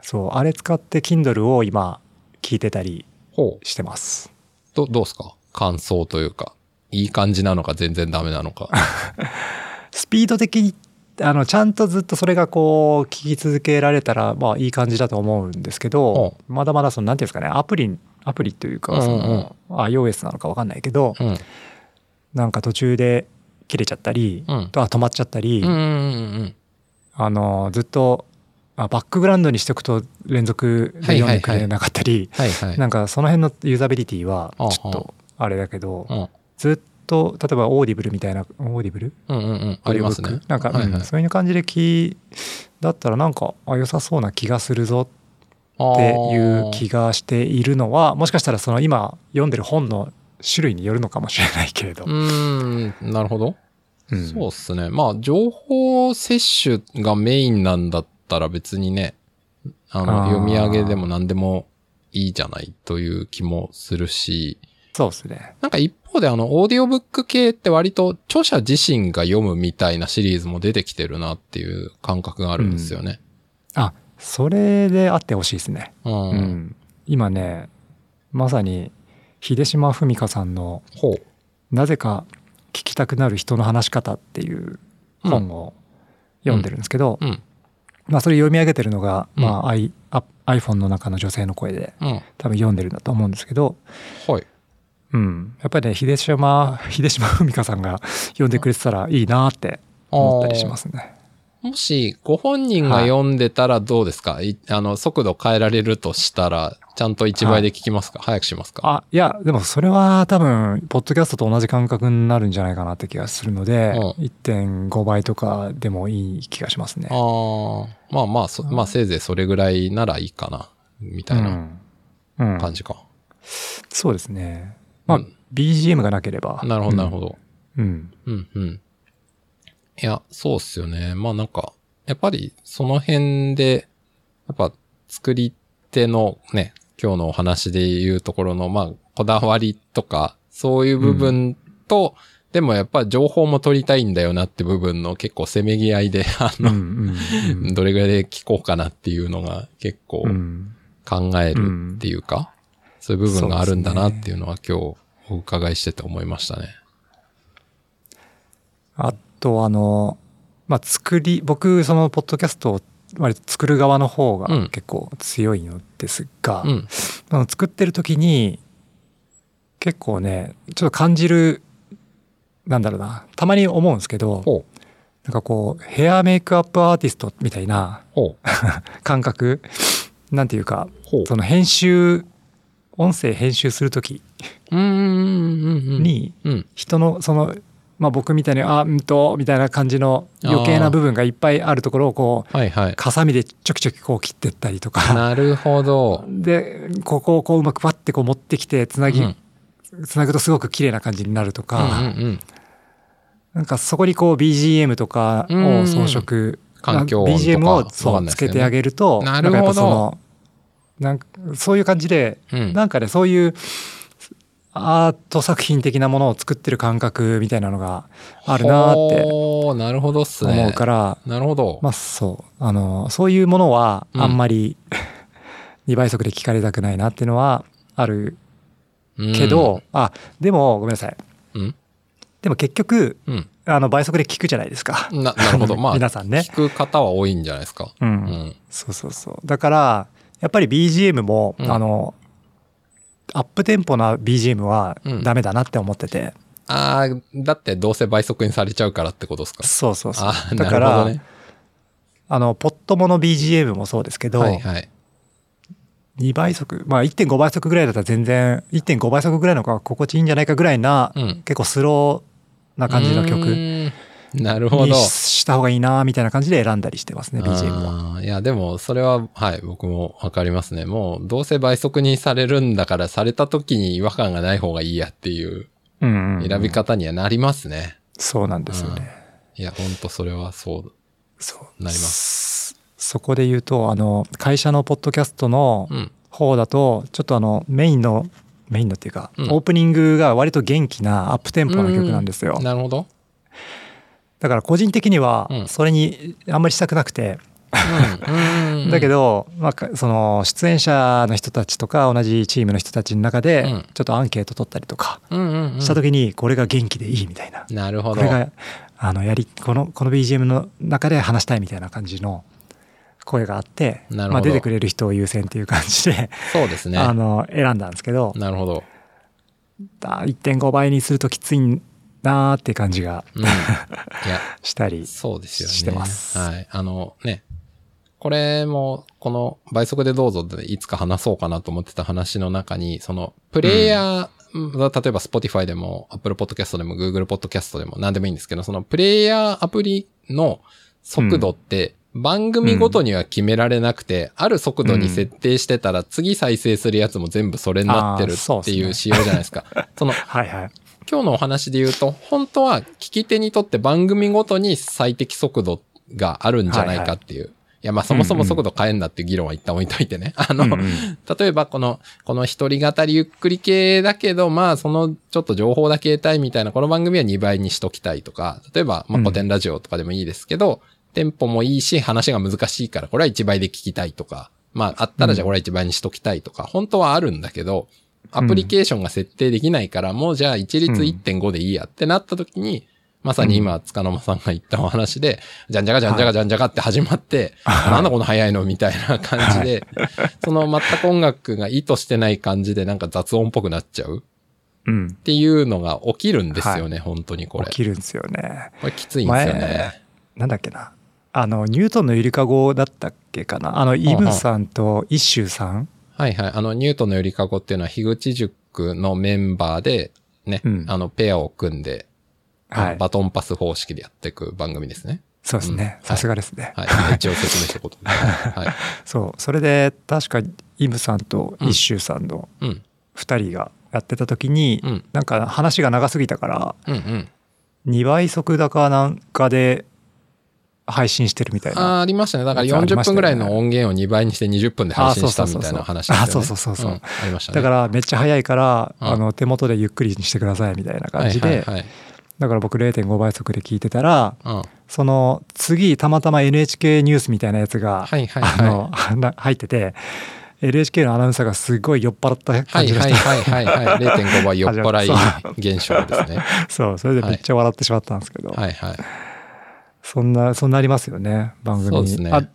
Speaker 2: そうあれ使って Kindle を今聞いてたり
Speaker 1: ほう。
Speaker 2: してます
Speaker 1: ど、どうですか感想というか。いい感じなのか全然ダメなの
Speaker 2: *laughs*
Speaker 1: か。
Speaker 2: スピード的にあのちゃんとずっとそれがこう聞き続けられたらまあいい感じだと思うんですけどまだまだそのなんていうんですかねアプリアプリというかその、iOS なのか分かんないけど、
Speaker 1: うん。
Speaker 2: なんか途中で切れちゃったり、
Speaker 1: うん
Speaker 2: あ止まっちゃったり、
Speaker 1: うんうんうん
Speaker 2: あのずっとあバックグラウンドにしておくと連続で読んでくれなかったり、
Speaker 1: はいはい。
Speaker 2: なんかその辺のユーザビリティは
Speaker 1: ああ
Speaker 2: ちょっとあれだけど、
Speaker 1: うん
Speaker 2: ずっと例えばオーディブルみたいなオーディブル
Speaker 1: うんうんうん。ありますね。
Speaker 2: なんか、
Speaker 1: はい
Speaker 2: うん
Speaker 1: はい
Speaker 2: そういう感じで聞だったらなんかあ良さそうな気がするぞっ
Speaker 1: って
Speaker 2: いう気がしているのはもしかしたらその今読んでる本の種類によるのかもしれないけれど。
Speaker 1: うーん、なるほど。
Speaker 2: うん
Speaker 1: そうっすね。まあ、情報摂取がメインなんだったら別にね、あの、
Speaker 2: あー
Speaker 1: 読み上げでも何でもいいじゃないという気もするし、
Speaker 2: そうですね。
Speaker 1: なんか一方であの、オーディオブック系って割と著者自身が読むみたいなシリーズも出てきてるなっていう感覚があるんですよね。
Speaker 2: あそれであってほしいですね、
Speaker 1: うん。
Speaker 2: うん今ねまさに秀島文香さんの
Speaker 1: ほう。
Speaker 2: 「なぜか聞きたくなる人の話し方」っていう本を読んでるんですけど、
Speaker 1: うん。
Speaker 2: まあ、それ読み上げてるのが、
Speaker 1: うん
Speaker 2: まあ、I あ iPhone の中の女性の声で
Speaker 1: うん。はい。
Speaker 2: 多分読んでるんだと思うんですけど、うん、やっぱりね秀島秀島文香さんが読んでくれてたらいいなって思ったりしますね。
Speaker 1: もし、ご本人が読んでたらどうですか、いあの、速度変えられるとしたら、ちゃんと1倍で聞きますか、早くしますか
Speaker 2: あいやでもそれは多分ポッドキャストと同じ感覚になるんじゃないかなって気がするので、
Speaker 1: う
Speaker 2: 1.5倍とかでもいい気がしますね
Speaker 1: あ。あ、まあまあ、そまあせいぜいそれぐらいならいいかな、みたいな
Speaker 2: うんうん
Speaker 1: 感じか。
Speaker 2: そうですね。まあ、
Speaker 1: うん
Speaker 2: BGM がなければ。
Speaker 1: なるほど、なるほど。
Speaker 2: ど。うん。
Speaker 1: うん、うん。いや、そうっすよね。まあなんか、やっぱりその辺で、やっぱ作り手のね、今日のお話で言うところの、まあ、こだわりとか、そういう部分と、でもやっぱ情報も取りたいんだよなって部分の結構せめぎ合いで、あ
Speaker 2: うんう
Speaker 1: の、 *laughs*
Speaker 2: んうん
Speaker 1: どれぐらいで聞こうかなっていうのが結構
Speaker 2: うん
Speaker 1: 考えるっていうか、そういう部分があるんだなっていうのは今日お伺いしてて思いましたね。
Speaker 2: あとあの、まあ、作り僕そのポッドキャストを割と作る側の方が
Speaker 1: うん
Speaker 2: 結構強いのですが、
Speaker 1: うん。
Speaker 2: あの作ってる時に結構ねちょっと感じるなんだろうなたまに思うんですけど
Speaker 1: ほう、
Speaker 2: なんかこうヘアメイクアップアーティストみたいな
Speaker 1: ほう、
Speaker 2: 感覚なんていうか
Speaker 1: ほう。
Speaker 2: その編集音声編集する時
Speaker 1: うん、うん、うん。
Speaker 2: に
Speaker 1: うん、
Speaker 2: 人のその、まあ、僕みたいにあうんとみたいな感じの余計な部分がいっぱいあるところをこう
Speaker 1: はいはい。
Speaker 2: ハサミでちょきちょきこう切ってったりとか
Speaker 1: なるほど。
Speaker 2: でここをこううまくパッてこう持ってきてつなぎ、
Speaker 1: うん
Speaker 2: つなぐとすごく綺麗な感じになるとか、
Speaker 1: うんうんうん、
Speaker 2: なんかそこにこう BGM とかを装飾、
Speaker 1: 環境音とか
Speaker 2: BGM を
Speaker 1: わ
Speaker 2: そ
Speaker 1: かん
Speaker 2: う
Speaker 1: ないで
Speaker 2: つ
Speaker 1: すけ
Speaker 2: け
Speaker 1: どね
Speaker 2: てあげると
Speaker 1: なるほど
Speaker 2: んかやっぱそのなんかそういう感じで
Speaker 1: うん
Speaker 2: なんかねそういうアート作品的なものを作ってる感覚みたいなのがあるなーって
Speaker 1: ほーなるほどっすね。
Speaker 2: 思うから、
Speaker 1: なるほど。
Speaker 2: まあそうあのそういうものは
Speaker 1: うん
Speaker 2: あんまり、2倍速で聞かれたくないなっていうのはある
Speaker 1: うん
Speaker 2: け、ど、あでもごめんなさい
Speaker 1: うん。
Speaker 2: でも結局
Speaker 1: うん。
Speaker 2: あの倍速で聞くじゃないですか。
Speaker 1: な、なるほ
Speaker 2: *laughs*
Speaker 1: ど。まあ、
Speaker 2: 皆さんね
Speaker 1: 聞く方は多いんじゃないですか。
Speaker 2: う
Speaker 1: うんん。
Speaker 2: そうそうそう。だから、やっぱり BGM も、
Speaker 1: うん
Speaker 2: あの、アップテンポな BGM は
Speaker 1: うん
Speaker 2: ダメだなって思ってて。
Speaker 1: ああ、だってどうせ倍速にされちゃうからってことですか。
Speaker 2: そうそうそ
Speaker 1: あー
Speaker 2: う。だか
Speaker 1: な
Speaker 2: ら、
Speaker 1: るほどね。
Speaker 2: あの、ポットもの BGM もそうですけど、
Speaker 1: はいはい。
Speaker 2: 2倍速、まあ1.5倍速ぐらいだったら全然、1.5倍速ぐらいの方が心地いいんじゃないかぐらいな、
Speaker 1: うん。
Speaker 2: 結構スローな感じの
Speaker 1: う
Speaker 2: 曲
Speaker 1: ーん。なるほ
Speaker 2: に
Speaker 1: ど。
Speaker 2: しした方がいいな、みたいな感じで選んだりしてますね、BGM は。
Speaker 1: あーいや、でも、それは、はい、僕もわかりますね。もう、どうせ倍速にされるんだから、された時に違和感がない方がいいやっていう
Speaker 2: うんうん
Speaker 1: 選び方にはなりますね。
Speaker 2: そうなんですよね。
Speaker 1: いや、ほんとそれはそう。
Speaker 2: そう
Speaker 1: なります
Speaker 2: そこで言うとあの会社のポッドキャストの
Speaker 1: うん。
Speaker 2: 方だとちょっとあのメインのメインのっていうか、
Speaker 1: うん
Speaker 2: オープニングが割と元気なアップテンポの曲なんですよ、
Speaker 1: なるほど。
Speaker 2: だから個人的には
Speaker 1: うん
Speaker 2: それにあんまりしたくなくて、
Speaker 1: うん
Speaker 2: だけ、ど、まあか、その出演者の人たちとか同じチームの人たちの中
Speaker 1: う
Speaker 2: で
Speaker 1: ん
Speaker 2: ちょっとアンケート取ったりとか
Speaker 1: うんうんうん、
Speaker 2: した時にこれが元気でいいみたいな、
Speaker 1: なるほ
Speaker 2: こ
Speaker 1: ど。
Speaker 2: れがあのやりこのこの BGM の中で話したいみたいな感じの声があって、
Speaker 1: なるほど
Speaker 2: まあ、出てくれる人を優先っていう感じで、
Speaker 1: そうですね。
Speaker 2: あの選んだんですけど
Speaker 1: なるほど。
Speaker 2: あ1.5倍にするときついなーって感じが
Speaker 1: うん。いや、
Speaker 2: したり
Speaker 1: そうですよね。
Speaker 2: してます
Speaker 1: はい。あのね、これも、この倍速でどうぞでいつか話そうかなと思ってた話の中に、その、プレイヤー、例えば Spotify でも Apple Podcast でも Google Podcast でも何でもいいんですけど、そのプレイヤーアプリの速度って番組ごとには決められなくて、ある速度に設定してたら次再生するやつも全部それになってる
Speaker 2: あーそう
Speaker 1: っ
Speaker 2: ってすね
Speaker 1: いう仕様じゃないで
Speaker 2: *laughs*
Speaker 1: すか。その
Speaker 2: はいはい
Speaker 1: 今日のお話で言うと、本当は聞き手にとって番組ごとに最適速度があるんじゃないかっていう。いや、まあそもそも速度変えんなっていう議論は一旦置いとい
Speaker 2: *laughs*
Speaker 1: てね。あの、
Speaker 2: うんうん
Speaker 1: 例えばこの、この一人語りゆっくり系だけど、まあそのちょっと情報だけ得たいみたいな、この番組は2倍にしときたいとか、例えば、まあ
Speaker 2: うん
Speaker 1: 古典ラジオとかでもいいですけど、テンポもいいし、話が難しいから、これは1倍で聞きたいとか、まああったらじゃあこれは1倍にしときたいとか、本当はあるんだけど、アプリケーションが設定できないから、もうじゃあ一律1.5でいいやってなった時に、まさに今、塚の間さんが言ったお話で、じゃんじゃかじゃんじゃかじゃんじゃかって始ま *laughs* って、なんだこの早いのみたいな感じ *laughs* で、その全く音楽が意図してない感じでなんか雑音っぽくなっちゃう
Speaker 2: うん
Speaker 1: っていうのが起きるんですよね、本当にこれ。
Speaker 2: 起
Speaker 1: こ
Speaker 2: きるんですよね
Speaker 1: れきついんですよね。
Speaker 2: なんだっけなあのニュートンのゆりかごだったっけかなあのイブさんとイッシューさん
Speaker 1: はいはい。あの、ニュートンのゆりかごっていうのは、樋口塾のメンバーで、ね、
Speaker 2: うん
Speaker 1: あの、ペアを組んで、あ
Speaker 2: は
Speaker 1: の
Speaker 2: い
Speaker 1: バトンパス方式でやっていく番組ですね。
Speaker 2: そうです
Speaker 1: うんは
Speaker 2: ね
Speaker 1: い
Speaker 2: さすがですね、
Speaker 1: はい。一応説明したこと
Speaker 2: *laughs*
Speaker 1: で。はい。
Speaker 2: そうそれで確かイブさんとイッシューさんの
Speaker 1: うん。
Speaker 2: 2人がやってた時に、
Speaker 1: うん
Speaker 2: なんか話が長すぎたから
Speaker 1: うんうん。
Speaker 2: 2倍速だかなんかで配信してるみたいな。
Speaker 1: あーありましたね。だから
Speaker 2: やつあり
Speaker 1: 40
Speaker 2: ました
Speaker 1: 分
Speaker 2: よね
Speaker 1: ぐらいの音源を2倍にして20分で配信したみたいな話でしたよね。
Speaker 2: あそうそうそうそうあそうそうそうそうん
Speaker 1: ありましたね。
Speaker 2: だからめっちゃ早いから、
Speaker 1: うん
Speaker 2: あの手元でゆっくりにしてくださいみたいな感じで、
Speaker 1: はいはい
Speaker 2: だから僕0.5倍速で聞いてたら
Speaker 1: はいうん
Speaker 2: その次たまたま NHK ニュースみたいなやつが、
Speaker 1: はいはい
Speaker 2: あ
Speaker 1: はい
Speaker 2: の *laughs* な入ってて NHK のアナウンサーがすごい酔っ払った
Speaker 1: は
Speaker 2: 感
Speaker 1: い
Speaker 2: じが
Speaker 1: は
Speaker 2: し
Speaker 1: い
Speaker 2: て、
Speaker 1: はいはいはい。0.5倍酔っ払
Speaker 2: そう
Speaker 1: い現象ですね。
Speaker 2: *laughs* そうそれでめっちゃ笑ってしまったんですけど、
Speaker 1: はいはい。
Speaker 2: そんなそんなありますよね番組
Speaker 1: そうですね。
Speaker 2: あ
Speaker 1: う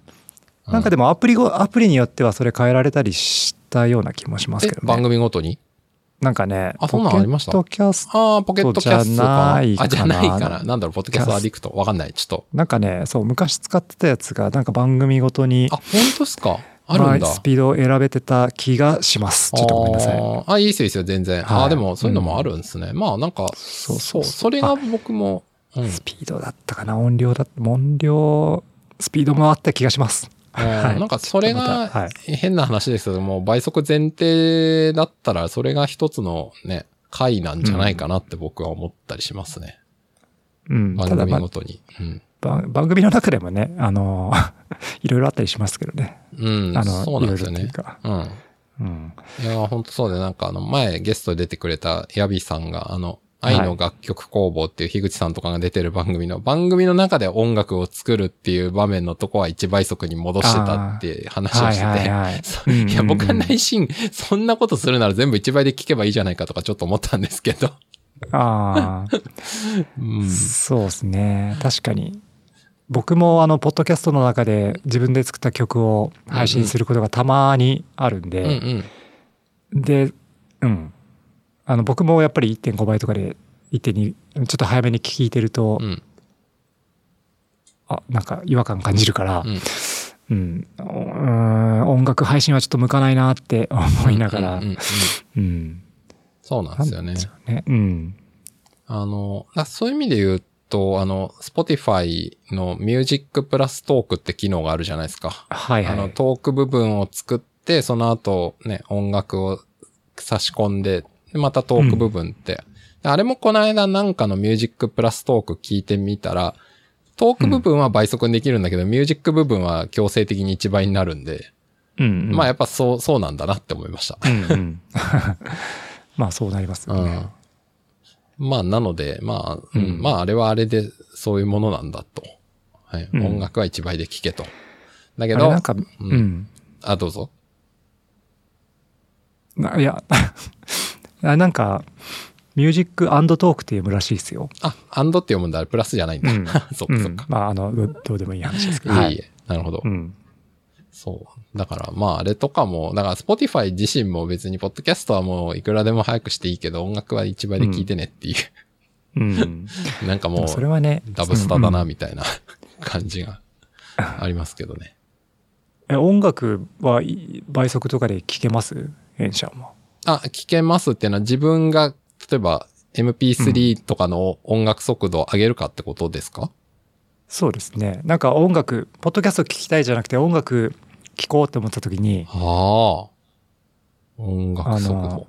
Speaker 2: なんかでもアプリごアプリによってはそれ変えられたりしたような気もしますけ
Speaker 1: え
Speaker 2: どね。
Speaker 1: 番組ごとに
Speaker 2: なんかね、
Speaker 1: あそんなのありました
Speaker 2: ポケットキャス
Speaker 1: ああ、ポケットキャストか
Speaker 2: じゃな
Speaker 1: な。あ、じゃ
Speaker 2: いかな
Speaker 1: ないかな。なんだろう、ポッドキャストアディクト。わかんない。ちょっと。
Speaker 2: なんかね、そう、昔使ってたやつが、なんか番組ごとに
Speaker 1: あ、、本当ですかあるんだ。
Speaker 2: まスピードを選べてた気がします。ちょっとごめんなさい。
Speaker 1: あーあ、いいですよ、いいですよ、全然。あ
Speaker 2: は
Speaker 1: あ、
Speaker 2: い
Speaker 1: でも、そういうのもあるんですね。まあ、なんか、
Speaker 2: そう
Speaker 1: そ、
Speaker 2: そうう
Speaker 1: それが僕も、うん。
Speaker 2: スピードだったかな音量だ音量、スピードもあった気がします。はい
Speaker 1: なんか、それ
Speaker 2: ちょっとまた
Speaker 1: が
Speaker 2: はい、
Speaker 1: 変な話ですけども、倍速前提だったら、それが一つのね、回なんじゃないかなって僕は思ったりしますね。
Speaker 2: うん。
Speaker 1: 番
Speaker 2: ただ、
Speaker 1: 組
Speaker 2: ま
Speaker 1: ごとに。うん。
Speaker 2: 番番組の中でもね、あの、 *laughs* いろいろあったりしますけどね。
Speaker 1: うん、
Speaker 2: あの、
Speaker 1: そうなん
Speaker 2: いろ
Speaker 1: です
Speaker 2: いろ
Speaker 1: よ
Speaker 2: っていう
Speaker 1: ね。
Speaker 2: か。
Speaker 1: うん。
Speaker 2: うん。
Speaker 1: いやー、ほんとそうで、なんかあの、前ゲストで出てくれたヤビさんが、あの、愛の楽曲工房っていう樋口さんとかが出てる番組の、番組の中で音楽を作るっていう場面のとこは1倍速に戻してたって話を
Speaker 2: はい
Speaker 1: して
Speaker 2: はい
Speaker 1: て。
Speaker 2: はい。
Speaker 1: そ
Speaker 2: うんうんうん
Speaker 1: *laughs* いや、僕は内心、そんなことするなら全部1倍で聞けばいいじゃないかとかちょっと思ったんですけど。
Speaker 2: ああ。
Speaker 1: うん。
Speaker 2: そうですね確かに僕もあのポッドキャストの中で自分で作った曲を配信することがたまにあるん
Speaker 1: うんう
Speaker 2: で、
Speaker 1: ん。
Speaker 2: で、うん、あの僕もやっぱり1.5倍とかで1.2ちょっと早めに聞いてると、
Speaker 1: うん。
Speaker 2: あなんか違和感感じるから、
Speaker 1: うん
Speaker 2: うんうーん音楽配信はちょっと向かないなって *laughs* 思いながら、
Speaker 1: うんうんうん
Speaker 2: うん
Speaker 1: そうなんですよね。
Speaker 2: ねうん
Speaker 1: あの、あそういう意味で言うと、あの、Spotify の Music プラストークって機能があるじゃないですか。
Speaker 2: はいは
Speaker 1: あの、
Speaker 2: い
Speaker 1: トーク部分を作って、その後ね、音楽を差し込んで、でまたトーク部分って。あれもこの間なんかのミュージックプラストーク聞いてみたら、トーク部分は倍速にできるんだけど、ミュージック部分は強制的に1倍になるんで、
Speaker 2: うんうん
Speaker 1: まあやっぱそう、そうなんだなって思いました。 *laughs*
Speaker 2: うんうん *laughs* まあそうなりますよね、
Speaker 1: うん。まあ、なので、まあ、うん
Speaker 2: うん
Speaker 1: まあ、あれはあれで、そういうものなんだと。はい。
Speaker 2: うん
Speaker 1: 音楽は一倍で聴けと。だけ
Speaker 2: あれ
Speaker 1: ど
Speaker 2: なん、か、
Speaker 1: ん
Speaker 2: うん
Speaker 1: あ、どうぞ。
Speaker 2: ないや *laughs* あなんかミュージックトークっていうらしいですよ。
Speaker 1: あ、アンドって読むんだ、あれプラスじゃないんだ。
Speaker 2: う
Speaker 1: *laughs*
Speaker 2: ん
Speaker 1: そっ
Speaker 2: う
Speaker 1: かそっ
Speaker 2: ん
Speaker 1: か。、
Speaker 2: まああのどどうでもいい話ですけど。
Speaker 1: いえい
Speaker 2: い
Speaker 1: え。なるほど
Speaker 2: う。ん、
Speaker 1: そう。だから、まあ、あれとかも、だから、Spotify 自身も別に、ポッドキャストはもう、いくらでも早くしていいけど、音楽は一倍で聴いてねっていう、 *laughs*
Speaker 2: うん、
Speaker 1: なんか
Speaker 2: で
Speaker 1: *laughs* も
Speaker 2: もそうれ、はね
Speaker 1: ダブスターだな、
Speaker 2: うん
Speaker 1: みたいな *laughs* 感じがありますけどね。
Speaker 2: え音楽はい倍速とかで聴けます編者も。
Speaker 1: あ、聞けますっていうのは自分が、例えば MP3 とかの音楽速度を上げるかってことですか、
Speaker 2: そうですねなんか音楽ポッドキャスト聞きたいじゃなくて音楽聴こうって思った時に
Speaker 1: はあ。音楽速
Speaker 2: あ
Speaker 1: 度
Speaker 2: の。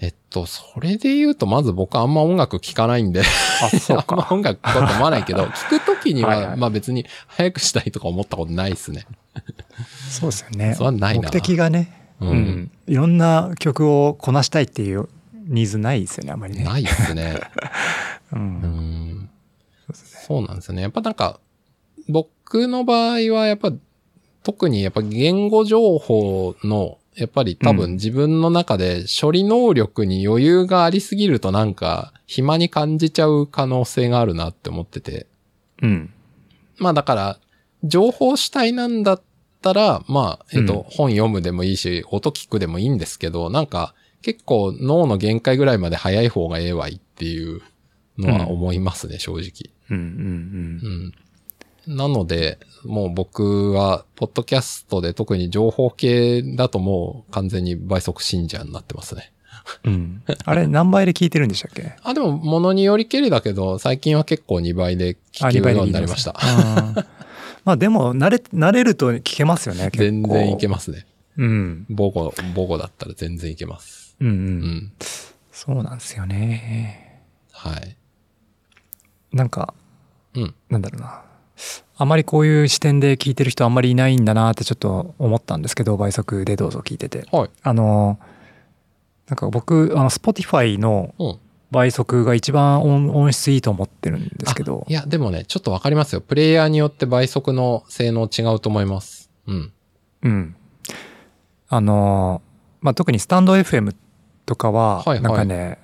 Speaker 1: えっと、それで言うと、まず僕あんま音楽聞かないんで、
Speaker 2: あ
Speaker 1: *laughs*
Speaker 2: そ
Speaker 1: あ
Speaker 2: うん
Speaker 1: ま
Speaker 2: か
Speaker 1: 音楽聞こうと思わないけ
Speaker 2: *laughs*
Speaker 1: ど、聞くときには、
Speaker 2: はいはい
Speaker 1: まあ別に早くしたいとか思ったことないですね。
Speaker 2: *laughs* そうですよね
Speaker 1: それはないな
Speaker 2: 目的がね、
Speaker 1: うん
Speaker 2: うん、いろんな曲をこなしたいっていうニーズないですよねあんまりね。
Speaker 1: ないです
Speaker 2: *laughs*
Speaker 1: ね。
Speaker 2: う
Speaker 1: うんん。
Speaker 2: そうですね
Speaker 1: そうなんですよね。やっぱなんか、僕の場合はやっぱ、特にやっぱ言語情報の、やっぱり多
Speaker 2: うん
Speaker 1: 分自分の中で処理能力に余裕がありすぎるとなんか暇に感じちゃう可能性があるなって思ってて。
Speaker 2: うん
Speaker 1: まあだから、情報主体なんだったら、まあ、えっと、
Speaker 2: うん
Speaker 1: 本読むでもいいし、音聞くでもいいんですけど、なんか結構脳の限界ぐらいまで早い方がええわいっていうのは思いますね、正直。
Speaker 2: うんうんうん
Speaker 1: うん。なので、もう僕は、ポッドキャストで特に情報系だともう完全に倍速信者になってますね。
Speaker 2: うん、あれ何倍で聞いてるんでしたっけ
Speaker 1: あ、でも、ものによりけりだけど、最近は結構2倍で聞けるようになりました。 *laughs*
Speaker 2: あーまあでも慣れ慣れると聞けますよね結
Speaker 1: 全
Speaker 2: 構
Speaker 1: 然いけますね。
Speaker 2: うん
Speaker 1: 母語、母語だったら全然いけます。
Speaker 2: うんう
Speaker 1: うんん。
Speaker 2: そうなんですよね
Speaker 1: はい。
Speaker 2: なんか
Speaker 1: うん。
Speaker 2: なんだろうなあまりこういう視点で聞いてる人あんまりいないんだなってちょっと思ったんですけど、倍速でどうぞ聞いてて。
Speaker 1: はい。
Speaker 2: あの、なんか僕、あの、Spotify の
Speaker 1: うん。
Speaker 2: 倍速が一番音音質いいと思ってるんですけど
Speaker 1: い、や、でもね、ちょっとわかりますよ。プレイヤーによって倍速の性能違うと思います。うん。
Speaker 2: うん。あの、まあ、特にスタンド FM とかは、
Speaker 1: はいはい
Speaker 2: なんかね、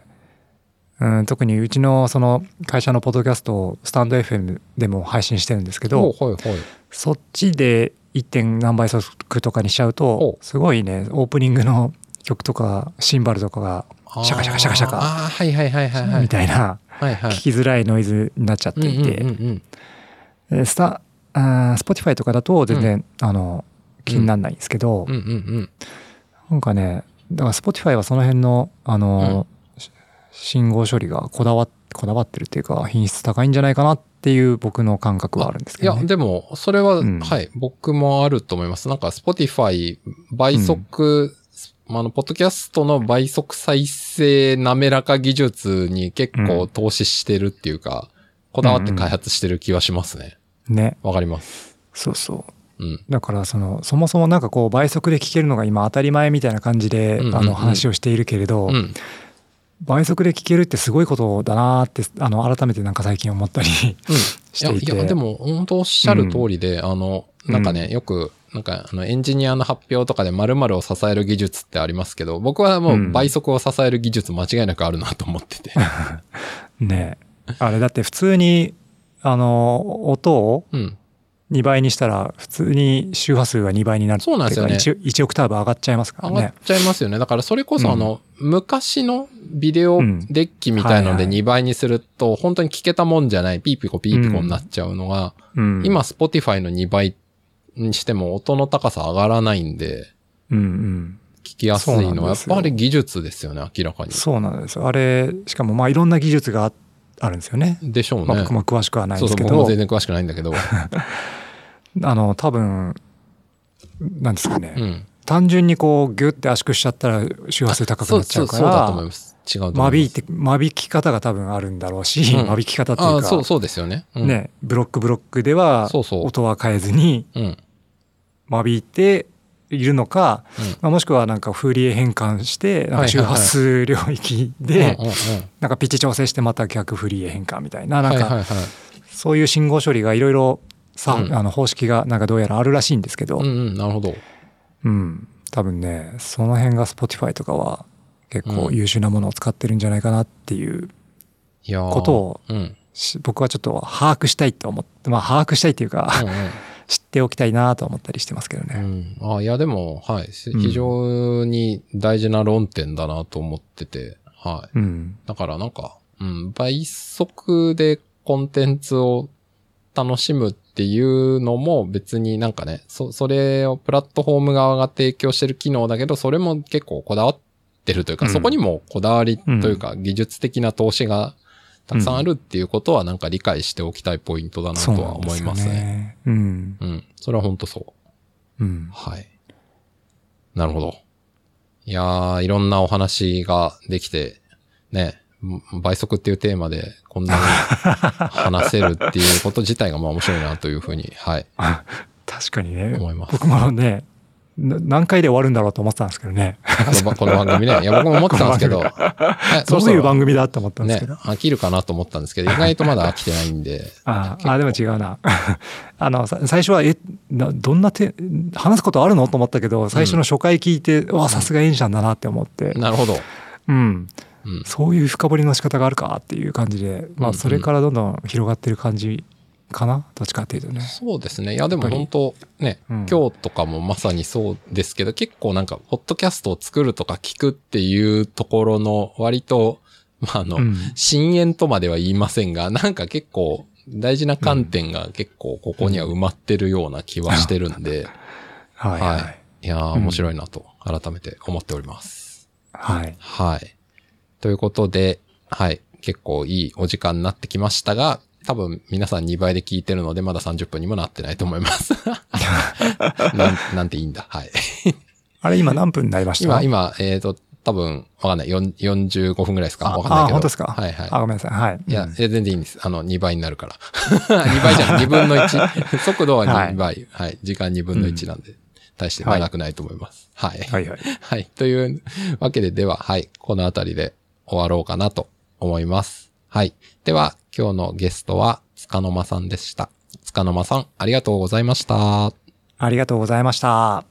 Speaker 2: うん、特にうちのその会社のポッドキャストをスタンド FM でも配信してるんですけど、
Speaker 1: ほうはいはい。
Speaker 2: そっちで 1. 点何倍速とかにしちゃうと
Speaker 1: お
Speaker 2: すごいねオープニングの曲とかシンバルとかが、
Speaker 1: あー
Speaker 2: シャカシャカシャカシャカ
Speaker 1: ああ、はいはいはいはいはい。
Speaker 2: みたいな
Speaker 1: はいはい。
Speaker 2: 聞きづらいノイズになっちゃっていて、
Speaker 1: うんうんうんうん
Speaker 2: でスタあー Spotify とかだと全然、あの気にならないんですけど、
Speaker 1: うんうん
Speaker 2: なんかねだから Spotify はその辺のあの、し信号処理がこだわこだわってるっていうか品質高いんじゃないかなっていう僕の感覚はあるんです
Speaker 1: い
Speaker 2: けど、
Speaker 1: や、
Speaker 2: ね、
Speaker 1: でも、それは、
Speaker 2: うん
Speaker 1: はい、僕もあると思います。なんか、Spotify 倍速、あの、ポッドキャストの倍速再生滑らか技術に結
Speaker 2: う
Speaker 1: 構
Speaker 2: ん
Speaker 1: 投資してるっていうか、こだわって開発してる気はしますね。
Speaker 2: ね
Speaker 1: わかります。
Speaker 2: そうそ
Speaker 1: う
Speaker 2: う
Speaker 1: ん。
Speaker 2: だからそのそもそもなんかこう倍速で聞けるのが今当たり前みたいな感じ
Speaker 1: う
Speaker 2: で、
Speaker 1: んうんうん
Speaker 2: あの話をしているけれど、
Speaker 1: うん。
Speaker 2: 倍速で聞けるってすごいことだなーってあの改めてなんか最近思ったり *laughs*
Speaker 1: い
Speaker 2: して
Speaker 1: や、
Speaker 2: い
Speaker 1: い
Speaker 2: て。
Speaker 1: や、でも、本当おっしゃる通りで、あの、なんかね、よく、なんか、あの、エンジニアの発表とかで〇〇を支える技術ってありますけど、僕はも
Speaker 2: うん
Speaker 1: う倍速を支える技術間違いなくあるなと思って
Speaker 2: *laughs*
Speaker 1: て。
Speaker 2: ねあれだって普通にあの音を
Speaker 1: うん。
Speaker 2: 2倍にしたら普通に周波数が2倍になるってい
Speaker 1: そうなんですよね
Speaker 2: 1, オクターブ上がっちゃいますから
Speaker 1: 上がっ
Speaker 2: ね。
Speaker 1: ちゃいますよね。だからそれこ
Speaker 2: う
Speaker 1: そ
Speaker 2: ん
Speaker 1: あの、昔のビデオ
Speaker 2: うん
Speaker 1: デッキみたいの
Speaker 2: はい
Speaker 1: で
Speaker 2: はい
Speaker 1: 2倍にすると、本当に聞けたもんじゃない、ピーピコピーピコになっちゃうのが、
Speaker 2: うん
Speaker 1: 今、Spotify の2倍にしても音の高さ上がらないんで、
Speaker 2: うんうん、
Speaker 1: 聞きやす
Speaker 2: そ
Speaker 1: いう
Speaker 2: なん
Speaker 1: のは
Speaker 2: で
Speaker 1: や
Speaker 2: す
Speaker 1: っ
Speaker 2: よ
Speaker 1: ぱり技術ですよね、明らかに。
Speaker 2: そうなんですよあれしかもまあいろんな技術がああるんですよね。
Speaker 1: でしょう
Speaker 2: まあ、
Speaker 1: ね
Speaker 2: 僕。も詳しくはないん
Speaker 1: そう
Speaker 2: で
Speaker 1: そう、
Speaker 2: すけ
Speaker 1: 僕
Speaker 2: ど
Speaker 1: も全然詳しくないんだけど。
Speaker 2: あの多分なんですかね、
Speaker 1: うん。
Speaker 2: 単純にこうギュッて圧縮しちゃったら周波数高く
Speaker 1: そ
Speaker 2: な
Speaker 1: う
Speaker 2: っちゃ
Speaker 1: そうう、
Speaker 2: か
Speaker 1: そうだと思い
Speaker 2: ら
Speaker 1: ます。違うと思います。
Speaker 2: 間引いて間引き方が多分あるんだろうし、
Speaker 1: うん
Speaker 2: 間引き方ってい
Speaker 1: あ
Speaker 2: う
Speaker 1: あ、
Speaker 2: か
Speaker 1: そう、そうですよね。うん。
Speaker 2: ね、ブロックブロックでは
Speaker 1: そうそう
Speaker 2: 音は変えずに
Speaker 1: うん。
Speaker 2: 間引いているのか、
Speaker 1: うん
Speaker 2: まあ、もしくはなんかフーリエ変換してな
Speaker 1: はい
Speaker 2: んか
Speaker 1: はい
Speaker 2: 周波数領域
Speaker 1: うんうん
Speaker 2: で
Speaker 1: うん
Speaker 2: なんかピッチ調整してまた逆フリエ変換みたいなな
Speaker 1: は
Speaker 2: ん
Speaker 1: いは
Speaker 2: か
Speaker 1: いはい。
Speaker 2: そういう信号処理がいろいろさ、
Speaker 1: うん
Speaker 2: あの方式がなんかどうやらあるらしいんですけど、
Speaker 1: うんうん、なるほど。
Speaker 2: うん、多分ねその辺が Spotify とかは結構
Speaker 1: うん
Speaker 2: 優秀なものを使ってるんじゃないかなっていう
Speaker 1: いやー
Speaker 2: ことを
Speaker 1: うん。うん
Speaker 2: し僕はちょっと把握したいと思ってまあ把握したいっていうか、 *laughs* 知っておきたいなと思ったりしてますけど
Speaker 1: う
Speaker 2: ね。
Speaker 1: ん。うん。あ、いや、でも、はい。し
Speaker 2: うん
Speaker 1: 非常に大事な論点だなと思ってて、はい。
Speaker 2: うん、
Speaker 1: だからなんか、うん、倍速でコンテンツを楽しむっていうのも別になんかね、そ、それをプラットフォーム側が提供してる機能だけど、それも結構こだわってるというか、
Speaker 2: うん
Speaker 1: そこにもこだわりというか、技術的な投資がたくさんあるっていうことはなんか理解しておきたいポイントだなと
Speaker 2: そう
Speaker 1: は
Speaker 2: なんで
Speaker 1: 思い
Speaker 2: すよ
Speaker 1: ますね。
Speaker 2: ね。うん、
Speaker 1: うん。それは本当そう。
Speaker 2: うん、 *laughs*
Speaker 1: はい。なるほど。いやー、いろんなお話ができて、ね、ん倍速っていうテーマでこん
Speaker 2: *laughs*
Speaker 1: なに話せるっていうこと自体がまあ面白いなというふうに、はい。
Speaker 2: 確かにね
Speaker 1: 思います
Speaker 2: 僕もねな何回で終わるんだろうと思ってたんですけどね
Speaker 1: このばこの番組ね。いや、僕も思ってたんですけど、
Speaker 2: *laughs*
Speaker 1: え
Speaker 2: どういう番
Speaker 1: 組
Speaker 2: 組だと思ったんで
Speaker 1: ね
Speaker 2: すけど、、
Speaker 1: 飽きるかなと思ったんですけど、意外とまだ飽きてないんで、
Speaker 2: ああ、でも違うな。 *laughs* あの、さ最初は、え、などんなて、話すことあるのと思ったけど、最初の初回聞いて、うわ、さすがエンジャンだなって思って、
Speaker 1: なるほど。
Speaker 2: うん。
Speaker 1: うん。
Speaker 2: そういう深掘りの仕方があるかっていう感じで、ま
Speaker 1: うんう
Speaker 2: あ、
Speaker 1: ん
Speaker 2: それからどんどん広がってる感じかなどっちかっていうとね。
Speaker 1: そうですね。いや、で
Speaker 2: や
Speaker 1: も
Speaker 2: っぱり
Speaker 1: 本当ね、
Speaker 2: うん
Speaker 1: 今日とかもまさにそうですけど、結構なんか、ポッドキャストを作るとか聞くっていうところの割と、まあ、あの、
Speaker 2: うん。
Speaker 1: 深淵とまでは言いませんが、なんか結構、大事な観点が結構ここには埋まってるような気はしてるんで、
Speaker 2: はい、
Speaker 1: は
Speaker 2: はいい。
Speaker 1: いやー、面白いなと、改めて思っております。
Speaker 2: はい。
Speaker 1: はい。ということで、はい。結構いいお時間になってきましたが、多分皆さん2倍で聞いてるので、まだ30分にもなってないと思います。 *laughs* なんなんていいんだ。はい。
Speaker 2: あれ、今何分になりました
Speaker 1: 今、今、えっ、と、多分、わかんない。よん45分ぐらいですか
Speaker 2: あ
Speaker 1: わかんないけど。
Speaker 2: あ本当ですか
Speaker 1: はいはい。
Speaker 2: あ、ごめんなさい。はい。
Speaker 1: いや、
Speaker 2: うん
Speaker 1: いや全然いいんです。あの、2倍になるから。2倍じ
Speaker 2: *laughs*
Speaker 1: ゃん、2分の1。速度は2倍。はい、時間2分の1なんで、大して長くないと思います。はい。はい。
Speaker 2: はいはい。
Speaker 1: というわけで、では、はい。このあたりで終わろうかなと思います。はい。では、今日のゲストは、つかの間さんでした。つかの間さん、ありがとうございました。
Speaker 2: ありがとうございました。